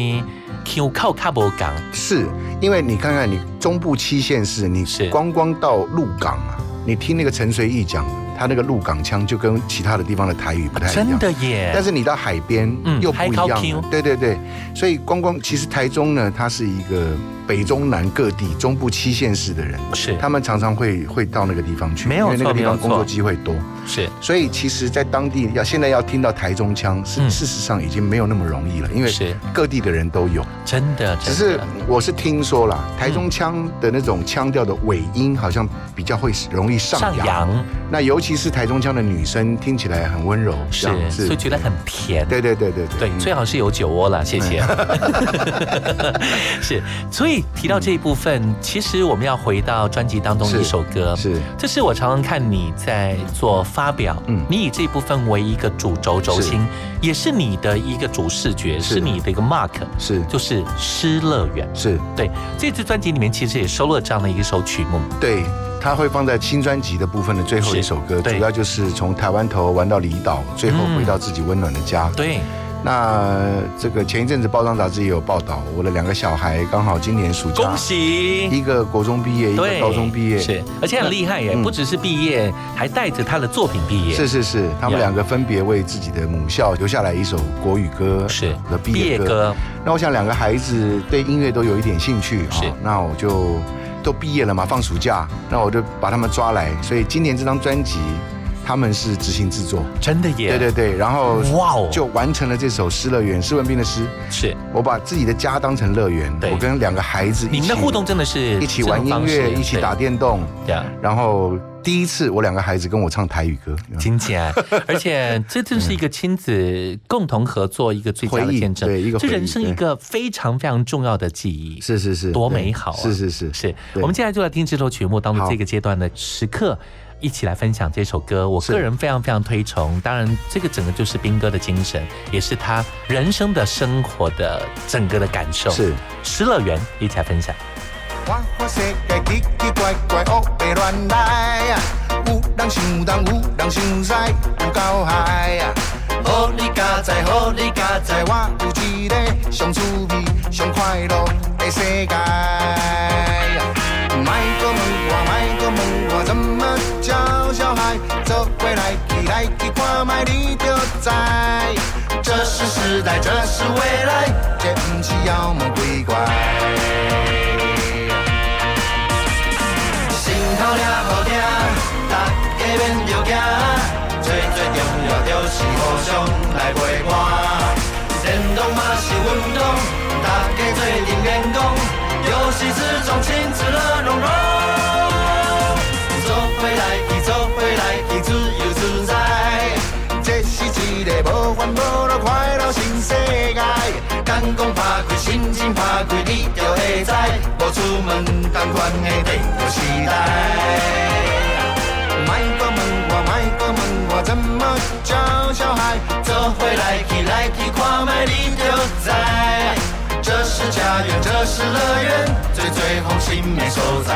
C: Q 靠卡无讲？
D: 是因为你看看你中部七县市，你光光到鹿港啊，你听那个陈随意讲。它那个鹿港腔就跟其他的地方的台语不太一样。
C: 啊真的耶
D: 但是你到海边
C: 嗯
D: 又不一
C: 海口
D: 样
C: 腔
D: 了。对对对，所以光光其实台中呢，它是一个北中南各地中部七县市的人，
C: 是
D: 他们常常会会到那个地方去，
C: 没有
D: 因为那
C: 错
D: 个地
C: 没有
D: 方工作
C: 错
D: 机会多。
C: 是
D: 所以其实，在当地要现在要听到台中腔，
C: 嗯
D: 是事实上已经没有那么容易了，因为各地的人都有。
C: 真的，嗯
D: 只是我是听说啦，台中腔的那种腔调的尾音好像比较会容易上
C: 上
D: 扬。
C: 扬
D: 那尤其是台中腔的女生，听起来很温柔，
C: 是
D: 这样子
C: 所以觉得很甜。
D: 对对对对对，
C: 对，最好是有酒窝
D: 嗯
C: 啦，谢 [laughs]
D: [laughs]
C: 谢。是，所以提到这一部分，其实我们要回到专辑当中的一首歌，
D: 嗯是，
C: 这是我常常看你在做发表，嗯，你以这部分为一个主轴轴心，也是你的一个主视觉，是你的一个 mark，
D: 是，
C: 就是失乐园，
D: 是
C: 对，这次专辑里面其实也收录了这样的一首曲目，
D: 对，它会放在新专辑的部分的最后一首歌，主要就是从台湾头玩到离岛，最后回到自己温暖的家。
C: 嗯对。
D: 那这个前一阵子包装杂志也有报道，我的两个小孩刚好今年暑假，
C: 恭喜
D: 一个国中毕业，一个
C: 对，
D: 高中毕业，
C: 是，而且很厉害耶，
D: 嗯
C: 不只是毕业，还带着他的作品毕业，
D: 是是是，他们
C: Yeah
D: 两个分别为自己的母校留下来一首国语歌是的毕业歌。那我想两个孩子对音乐都有一点兴趣啊，那我就都毕业了嘛，放暑假，那我就把他们抓来。所以今年这张专辑。他们是执行制作，
C: 真的耶
D: 对对对，然后
C: 哇哦
D: 就完成了这首《诗乐园》，施文斌的诗。
C: 是
D: 我把自己的家当成乐园，我跟两个孩子一起，
C: 你们的互动真的是
D: 一起玩音
C: 这种
D: 乐，
C: 方式
D: 一起打电动，
C: 对啊
D: 然后第一次我两个孩子跟我唱台语歌，
C: [laughs] 金姐，而且这真是一个亲子共同合作一个最佳
D: 回
C: 的
D: 忆
C: 见证，
D: 对一个
C: 这
D: 回忆
C: 人生一
D: 对
C: 个非常非常重要的记忆，
D: 是是是，
C: 多
D: 对
C: 美好啊！
D: 是是是
C: 是。
D: 对
C: 我们接下来就来听这首曲目当做
D: 好
C: 这个阶段的时刻。一起来分享这首歌，我个人非常非常推崇。当然，这个整个就是斌哥的精神，也是他人生的生活的整个的感受。
D: 是
C: 《失乐园》，一起来分享。
N: 我看世界奇奇怪怪，黑白乱来啊！有人想东，有人想西，有够害啊！好你加载，好你加载，我有一个上趣味、上快乐的世界。莫搁问我，莫搁问我怎么教小孩，做伙来去来去看卖，你就知。这是时代，这是未来，这不是妖魔鬼怪。心头抓好抓，大家免着惊，最最重要就是互相来陪伴。电动嘛是运动，大家做阵员工，游戏之中亲子乐融融。做回来去，做回来去，自由自在。这是一个无烦无恼快乐新世界，眼光拍开，心情拍开，你就会知，无出门同款的电脑时代。莫搁问我，莫搁问我怎么教小孩，做回来去来去看卖，你就知。这是家园，这是乐园，最最放心的所在。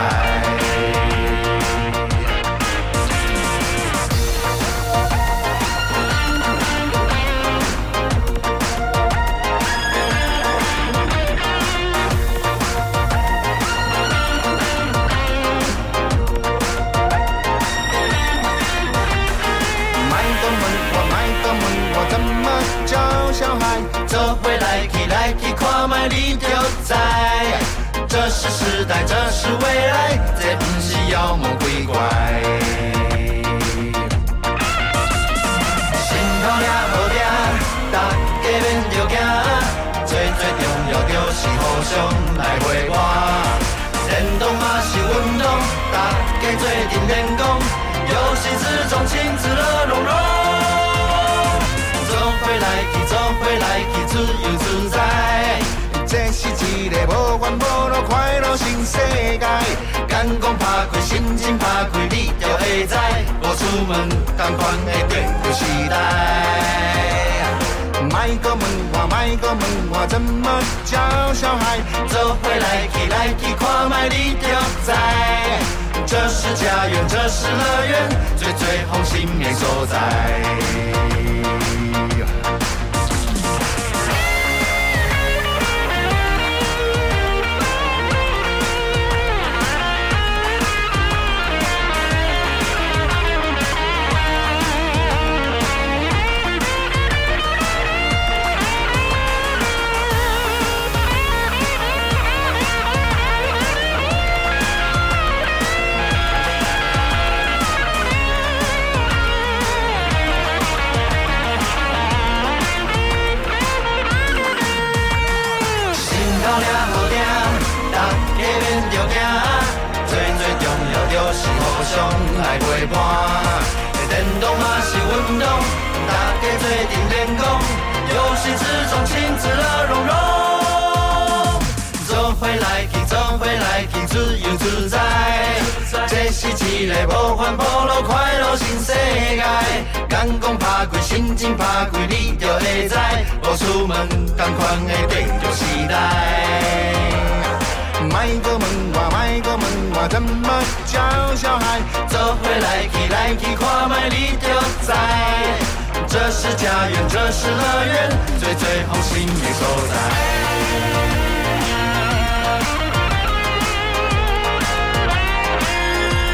N: 卖多问我，卖多问我怎么教小孩，做回来去来去看卖你就知。这是时代，这是未来，这不是妖魔鬼怪。心头抓好抓，大家免着惊，最最重要就是互相来陪伴。电动嘛是运动，大家做阵练功，游戏之中亲子乐融融。做回来去，做回来去，自由自在。这是一个无烦无恼快乐新世界，眼光拍开，心情拍开，你就会知，无出门同款的电脑时代。莫搁问我，莫搁问我怎么教小孩，做回来去来去看卖你就知。这是家园，这是乐园，最最放心的所在。
O: 我
N: 袂伴。电动嘛是运动，大家做阵练功，游戏之中亲子乐融融。做回来去，做回来去，自由自在。这是一个无烦无恼快乐新世界。眼光拍开，心情拍开，你就会知，无出门同款的地球时代。莫搁问我，莫搁问我怎么教小孩，做回来去来去看卖你就知。这是家园，这是乐园，最最放心的所在。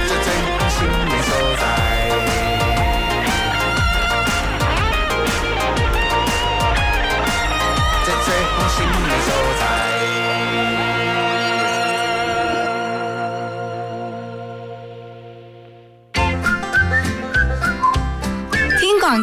N: 最最放心的所在。最最放心的所在。
P: 听广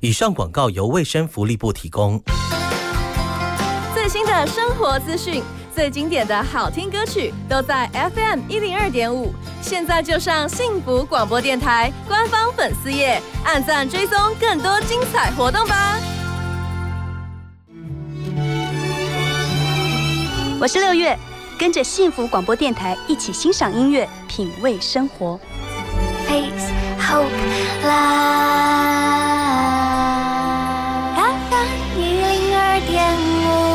F: 以上广告由卫生福利部提供。
Q: 最新的生活资讯、最经典的好听歌曲都在 FM 一零二点五。现在就上幸福广播电台官方粉丝页，按赞追踪更多精彩活动吧。
K: 我是六月，跟着幸福广播电台一起欣赏音乐，品味生活。
R: Peace, hope, love。FM 一零二点五，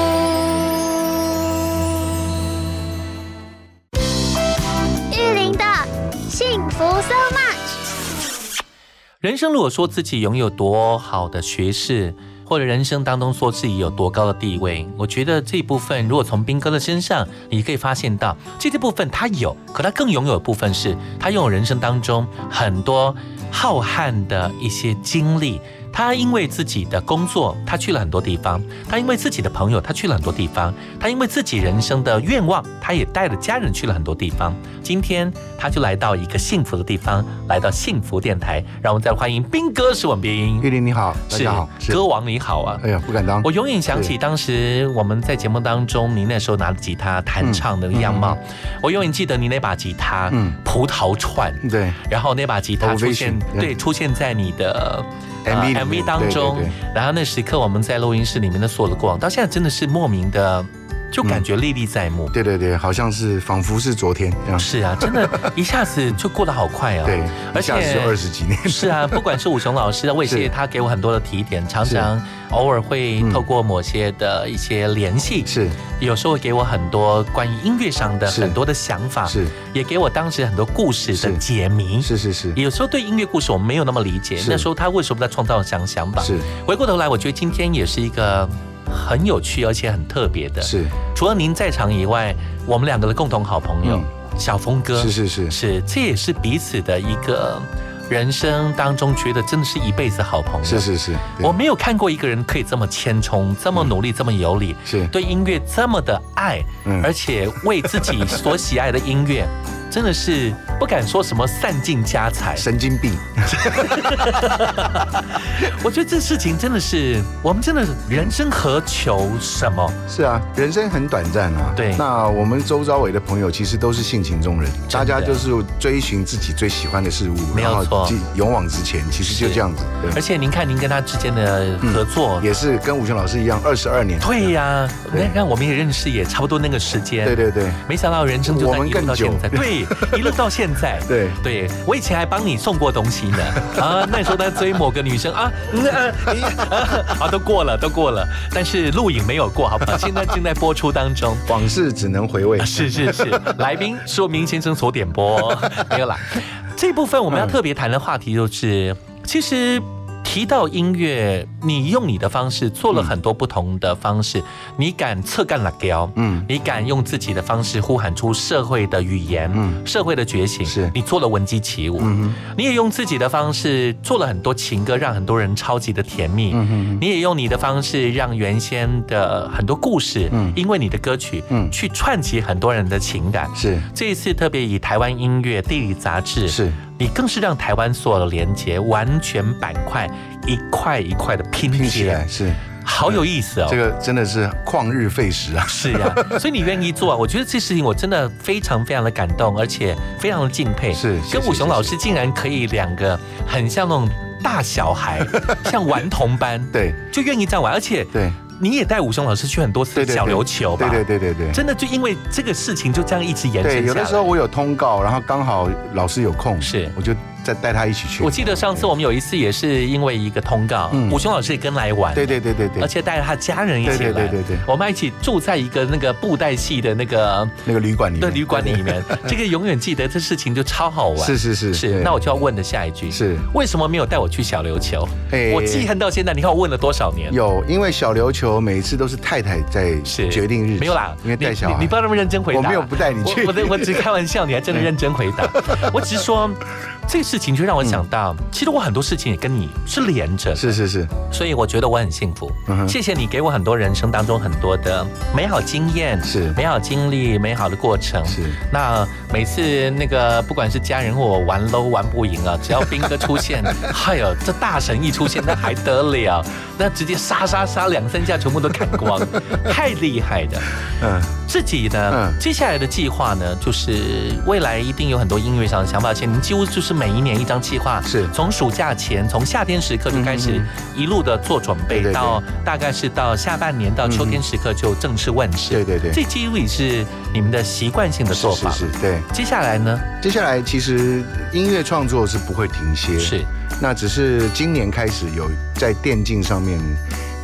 A: 玉林的幸福 so much。
C: 人生如果说自己拥有多好的学识，或者人生当中说自己有多高的地位，我觉得这一部分如果从斌哥的身上，你可以发现到，这些部分他有，可他更拥有的部分是他拥有人生当中很多浩瀚的一些经历。他因为自己的工作，他去了很多地方；他因为自己的朋友，他去了很多地方；他因为自己人生的愿望，他也带着家人去了很多地方。今天他就来到一个幸福的地方，来到幸福电台，让我们再欢迎斌哥史文斌。
D: [laughs]
C: 玉
D: 林你好，
C: 是
D: 大家好是
C: 歌王你好啊！
D: 哎呀，不敢当。
C: 我永远想
D: 是
C: 起当时我们在节目当中，你那时候拿着吉他弹唱的样貌，我永远记得你那把吉他，
D: 嗯
C: 葡萄串，
D: 对，
C: 然后那把吉他出现
D: Ovation，，嗯
C: 对，出现在你的。呃
D: MV 里面
C: MV 当中
D: 对对，
C: 然后那时刻我们在录音室里面的所有的过往，到现在真的是莫名的，就感觉历历在目。
D: 对对对，好像是仿佛是昨天这样。
C: 是啊，真
D: [laughs]
C: 的，一下子就过得好快啊！
D: 对
C: 而且
D: 一下子就20几年
C: [laughs] 是啊，不管是武雄老师啊，我也谢谢他给我很多的提点，常常偶尔会透过某些的一些联系，
D: 嗯是
C: 有时候会给我很多关于音乐上的
D: 是
C: 很多的想法，
D: 是
C: 也给我当时很多故事的解谜。
D: 是是是，
C: 有时候对音乐故事我没有那么理解，
D: 是
C: 那时候他为什么在创造想想法？
D: 是
C: 回过头来，我觉得今天也是一个很有趣而且很特别的。
D: 是，
C: 除了您在场以外，我们两个的共同好朋友、小峰哥，
D: 嗯是是是
C: 是，这也是彼此的一个人生当中觉得真的是一辈子好朋友。
D: 是嗯是是，
C: 我没有看过一个人可以这么谦冲、这么努力、这么有理，
D: 是
C: 对音乐这么的爱，
D: 嗯
C: 而且为自己所喜爱的音乐，真的是不敢说什么散尽家
D: [laughs]
C: 财，
D: 神经病。
C: 我觉得这事情真的是，我们真的人生何求什么？
D: 是啊，人生很短暂啊。对，那我们周遭围的朋友其实都是性情中人，大家就是追寻自己最喜欢的事物，
C: 没有
D: 然后
C: 错
D: 继勇往直前，其实就是这样子。对
C: 而且您看，您跟他之间的合作、
D: 嗯也是跟武雄老师一样，二十二年。
C: 对呀、
D: 对
C: 那那我们也认识，也差不多那个时间。
D: 对对对
C: 没想到人生就
D: 我
C: 在
D: 们
C: 一路到
D: 更久
C: 现
D: [laughs]
C: 在，对，一路到现在。
D: 对
C: 对，我以前还帮你送过东西呢。啊，那时候在追某个女生啊，嗯啊咦啊啊，都过了，都过了，但是录影没有过，好不好？现在正在播出当
D: [laughs]
C: 中。
D: 往事只能回味。
C: 是是是，来宾说明先生所点播，没有啦。这部分我们要特别谈的话题就是，其实。提到音乐，你用你的方式做了很多不同的方式，你敢侧干了雕，嗯，你敢用自己的方式呼喊出社会的语言，嗯，社会的觉醒，是你做了闻鸡起舞，嗯，你也用自己的方式做了很多情歌，让很多人超级的甜蜜，嗯你也用你的方式让原先的很多故事，嗯，因为你的歌曲，嗯，去串起很多人的情感，
D: 是
C: 这一次特别以台湾音乐地理杂志是。你更是让台湾所有的连接完全板块一块一块的拼
D: 拼起
C: 贴
D: 来，是
C: 好有意思哦。
D: 这个真的是旷日费时啊！
C: 是呀、
D: [laughs]
C: 所以你愿意做啊，我觉得这事情我真的非常非常的感动，而且非常的敬佩。
D: 是是
C: 跟武雄
D: 是
C: 老师竟然可以两个很像那种大小
D: [laughs]
C: 孩，像顽童般，
D: 对，
C: 就愿意这样玩，而且
D: 对。
C: 你也带武雄老师去很多次
D: 对对
C: 小琉球吧？
D: 对对对对对
C: 真的就因为这个事情就这样一直延伸下来。
D: 对，有的时候我有通告，然后刚好老师有空，是，我就再带他一起去。
C: 我记得上次我们有一次也是因为一个通告，
D: 嗯
C: 武雄老师也跟来玩，
D: 对对对对对
C: 而且带着他家人一起来，
D: 对对对对对
C: 我们还一起住在一个那个布袋戏的那个
D: 那个旅馆里面
C: 对旅馆里面，
D: [laughs]
C: 这个永远记得这事情就超好玩，
D: 是是是
C: 是
D: 对。
C: 那我就要问的下一句是为什么没有带我去小琉球？
D: 哎
C: 我记恨到现在，你看我问了多少年？
D: 有，因为小琉球每次都是太太在决定日期，
C: 没有啦，
D: 因为带小
C: 你
D: 孩，
C: 你你不要那么认真回答，
D: 我没有不带你去，
C: 我我我只开玩
D: [laughs]
C: 笑，你还真的认真回答。我只是说这事情就让我想到，其实我很多事情也跟你是连着，
D: 嗯是是是，
C: 所以我觉得我很幸福。
D: 嗯哼
C: 谢谢你给我很多人生当中很多的美好经验，是美好经历，美好的过程。是那每次那个不管是家人或我玩 low 玩不赢啊，只要兵哥出现，哎呦，这大神一出现，那还得了？ [laughs] 那直接杀杀杀两三下，全部都砍光，
D: [laughs]
C: 太厉害的。
D: 嗯，
C: 自己呢，接下来的计划呢，就是未来一定有很多音乐上的想法，而且您几乎就是每一年一张计划，是从暑假前，从夏天时刻就
D: 嗯
C: 开始一路的做准备，到大概是到下半年到秋天时刻就正式问世。对
D: 嗯对对
C: 这几乎也是你们的习惯性的做法。
D: 是是是，对。
C: 接下来呢？
D: 接下来其实音乐创作是不会停歇，
C: 是。
D: 那只是今年开始有在电竞上面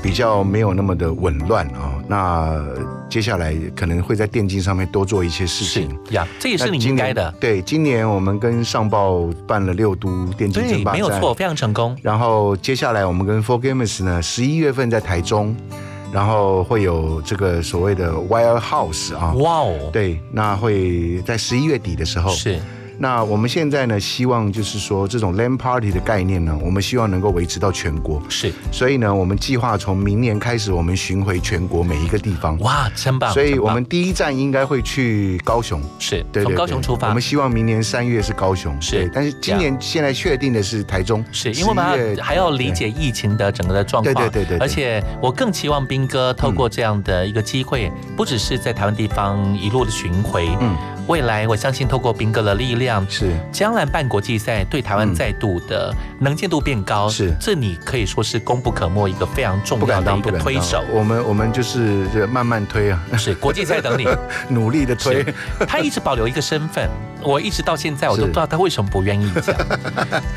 D: 比较没有那么的紊乱啊、哦。那接下来可能会在电竞上面多做一些事情。
C: 呀，这也是你应该的。
D: 那今年。对，今年我们跟上报办了六都电竞
C: 对
D: 争，霸
C: 哎没有
D: 战
C: 错，非常成功。
D: 然后接下来我们跟 Four Gamers 呢，十一月份在台中，然后会有这个所谓的 Wild House 啊，
C: 哇哦，
D: 对，那会在十一月底的时候
C: 是。
D: 那我们现在呢，希望就是说这种 LAN Party 的概念呢，我们希望能够维持到全国。
C: 是，
D: 所以呢，我们计划从明年开始，我们巡回全国每一个地方。
C: 哇，真棒！
D: 所以
C: 真棒
D: 我们第一站应该会去高雄，
C: 是
D: 对
C: 从
D: 对
C: 高雄
D: 对
C: 出发
D: 我们希望明年三月是高雄，是，但是今年现在确定的是台中，
C: 是因为我们
D: 11月
C: 要还要理解疫情的整个的状况，
D: 对对对对对
C: 而且我更期望斌哥透过这样的一个机会，
D: 嗯
C: 不只是在台湾地方一路的巡回，嗯，未来我相信透过斌哥的力量，
D: 是
C: 将来办国际赛，对台
D: 嗯
C: 湾再度的能见度变高，是这你可以说是功不可没一个非常重
D: 不
C: 要
D: 敢
C: 的
D: 当，
C: 一
D: 不
C: 个
D: 敢
C: 推
D: 当
C: 手。
D: 我们我们就是这慢慢推啊， [laughs]
C: 是国际赛等你，
D: 努力的推。
C: 他一直保留一个身份，我一直到现在我都不知道他为什么不愿意
D: [laughs]
C: 讲，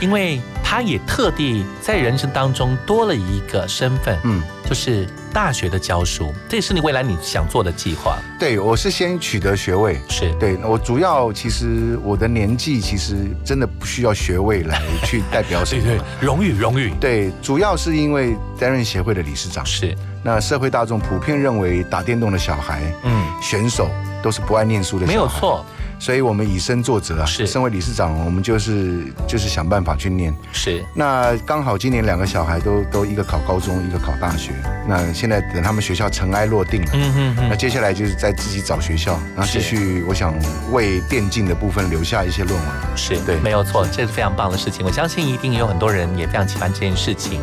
C: 因为他也特地在人生当中多了一个身份，嗯，就是大学的教书，这也是你未来你想做的计划。
D: 对，我是先取得学位，
C: 是
D: 对我主要其实我的年纪其实真的不需要学位来去代表什么，
C: 对对荣誉荣誉，
D: 对，主要是因为担任协会的理事长，
C: 是
D: 那社会大众普遍认为打电动的小孩，
C: 嗯，
D: 选手都是不爱念书的，
C: 没有错，
D: 所以我们以身作则啊，是身为理事长，我们就是就是想办法去念，
C: 是
D: 那刚好今年两个小孩都都一个考高中，一个考大学。那现在等他们学校尘埃落定了，
C: 嗯哼哼
D: 那接下来就是在自己找学校，然后继续，我想为电竞的部分留下一些论文。
C: 是对，没有错，这是非常棒的事情。我相信一定有很多人也非常喜欢这件事情。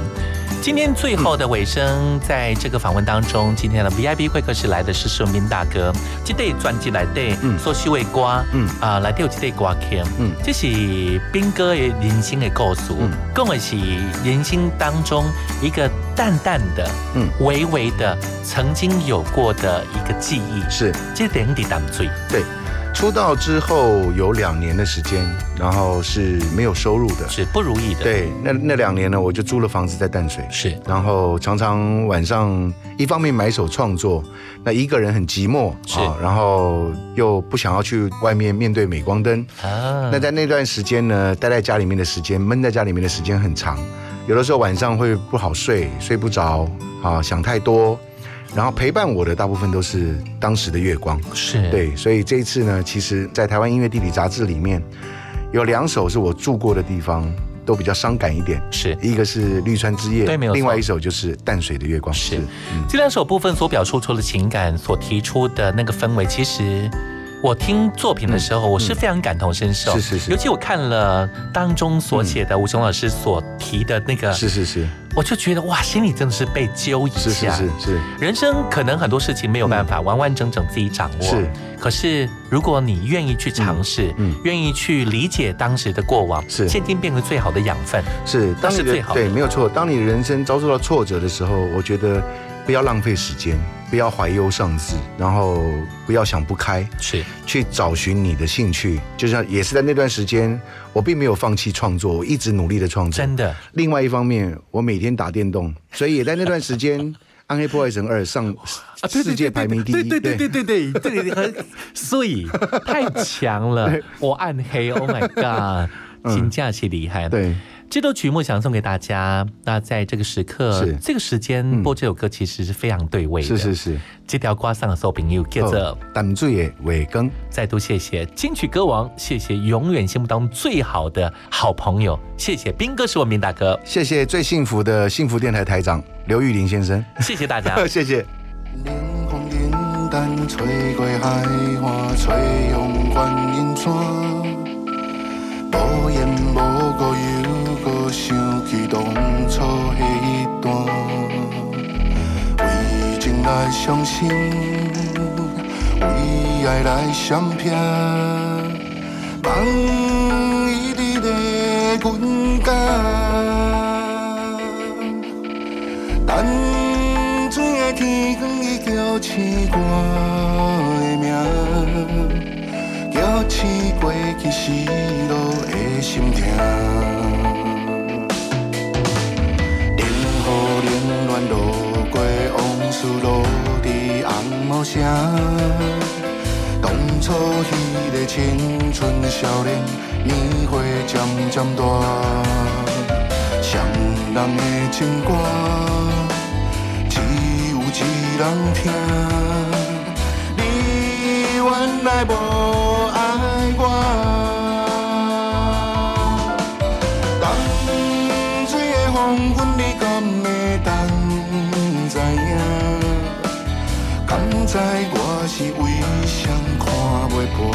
C: 今天最后的尾声，在这个访问当中，今天的 VIP 会客室来的是顺斌大哥，这对专辑来对，所需为歌，嗯啊，来对有这对歌曲，嗯，这是斌哥的人生的故事，
D: 嗯
C: 更的是人生当中一个淡淡的，嗯
D: 嗯，
C: 微微的曾经有过的一个记忆，
D: 是
C: 这点滴淡水，
D: 对，出道之后有两年的时间，然后是没有收入的，
C: 是不如意的。
D: 对，那那两年呢，我就租了房子在淡水，
C: 是，
D: 然后常常晚上一方面埋首创作，那一个人很寂寞，是，然后又不想要去外面面对镁光灯，
C: 啊
D: 那在那段时间呢，待在家里面的时间，闷在家里面的时间很长。有的时候晚上会不好睡，睡不着啊，想太多。然后陪伴我的大部分都是当时的月光，
C: 是
D: 对，所以这一次呢，其实，在台湾音乐地理杂志里面有两首是我住过的地方，都比较伤感一点，
C: 是
D: 一个是绿川之夜，
C: 对没有错
D: 另外一首就是淡水的月光，是，
C: 这两首部分所表述出的情感，所提出的那个氛围，其实我听作品的时候，我是非常感同身受。
D: 是是是
C: 尤其我看了当中所写的吴雄老师所提的那个，
D: 是是是，
C: 我就觉得哇，心里真的是被揪一下。
D: 是是是是，
C: 人生可能很多事情没有办法完完整整自己掌握，
D: 是。
C: 可是嗯如果你愿意去尝试，愿意去理解当时的过往，
D: 是
C: 现今变成最好的养分，
D: 是，
C: 那
D: 当
C: 是
D: 你的
C: 最好的
D: 对，没有错。当你的人生遭受到挫折的时候，我觉得不要浪费时间，不要怀忧丧志，然后不要想不开，
C: 是
D: 去找寻你的兴趣。就像也是在那段时间，我并没有放弃创作，我一直努力的创作。
C: 真的。
D: 另外一方面，我每天打电动，所以也在那段时间，《暗黑破坏神二》上世界排名第一。
C: 啊对对对对对对对，很所以太强了，我暗黑，Oh my
D: [laughs]
C: God，金价是厉害。
D: 嗯对，
C: 这首曲目想送给大家。那在这个时刻
D: 是，
C: 这个时间播这首歌其实是非常对位的。
D: 是是是，
C: 这条瓜上的手柄又接着
D: 哦淡水的尾根，
C: 再度谢谢金曲歌王，谢谢永远心目当中最好的好朋友，谢谢斌哥是我明大哥，
D: 谢谢最幸福的幸福电台台长刘玉玲先生，
C: 谢谢大
D: [laughs]
C: 家
D: 谢谢。
S: 冷淡吹过海岸，吹向观音山。无言无语又搁想起当初的那一段，为情来伤心，为爱来闪避。梦伊伫咧阮间。淡水的天光，伊叫醒我的名，叫醒过去失落的心痛。冷雨冷暖落过往事，落伫红毛城。当初迄个青春少年，年岁渐渐大。双人的情歌，只有一人听。你原来无爱我，淡水的黄昏，你敢会当知影？敢知我是为谁看袂破？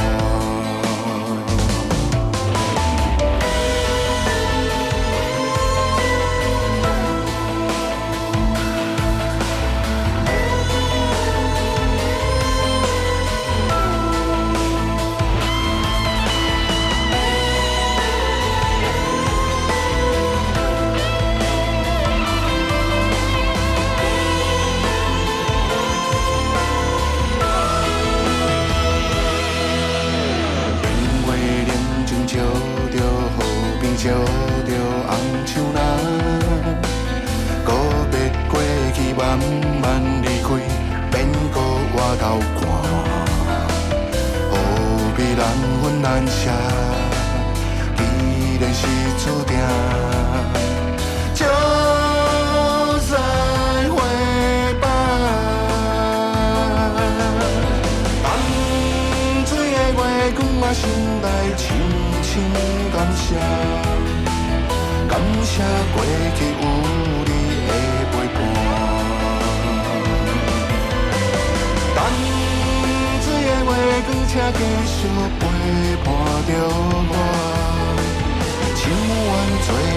S: 月冷情照着河边，照着红树林。告别过去，慢慢离开，免搁回头看。何必难分难舍？既然是注定，就再会吧。淡水的月光，我心内深深感谢，感谢过去有你的陪伴。淡水的月光，请继续陪伴着我，情愿做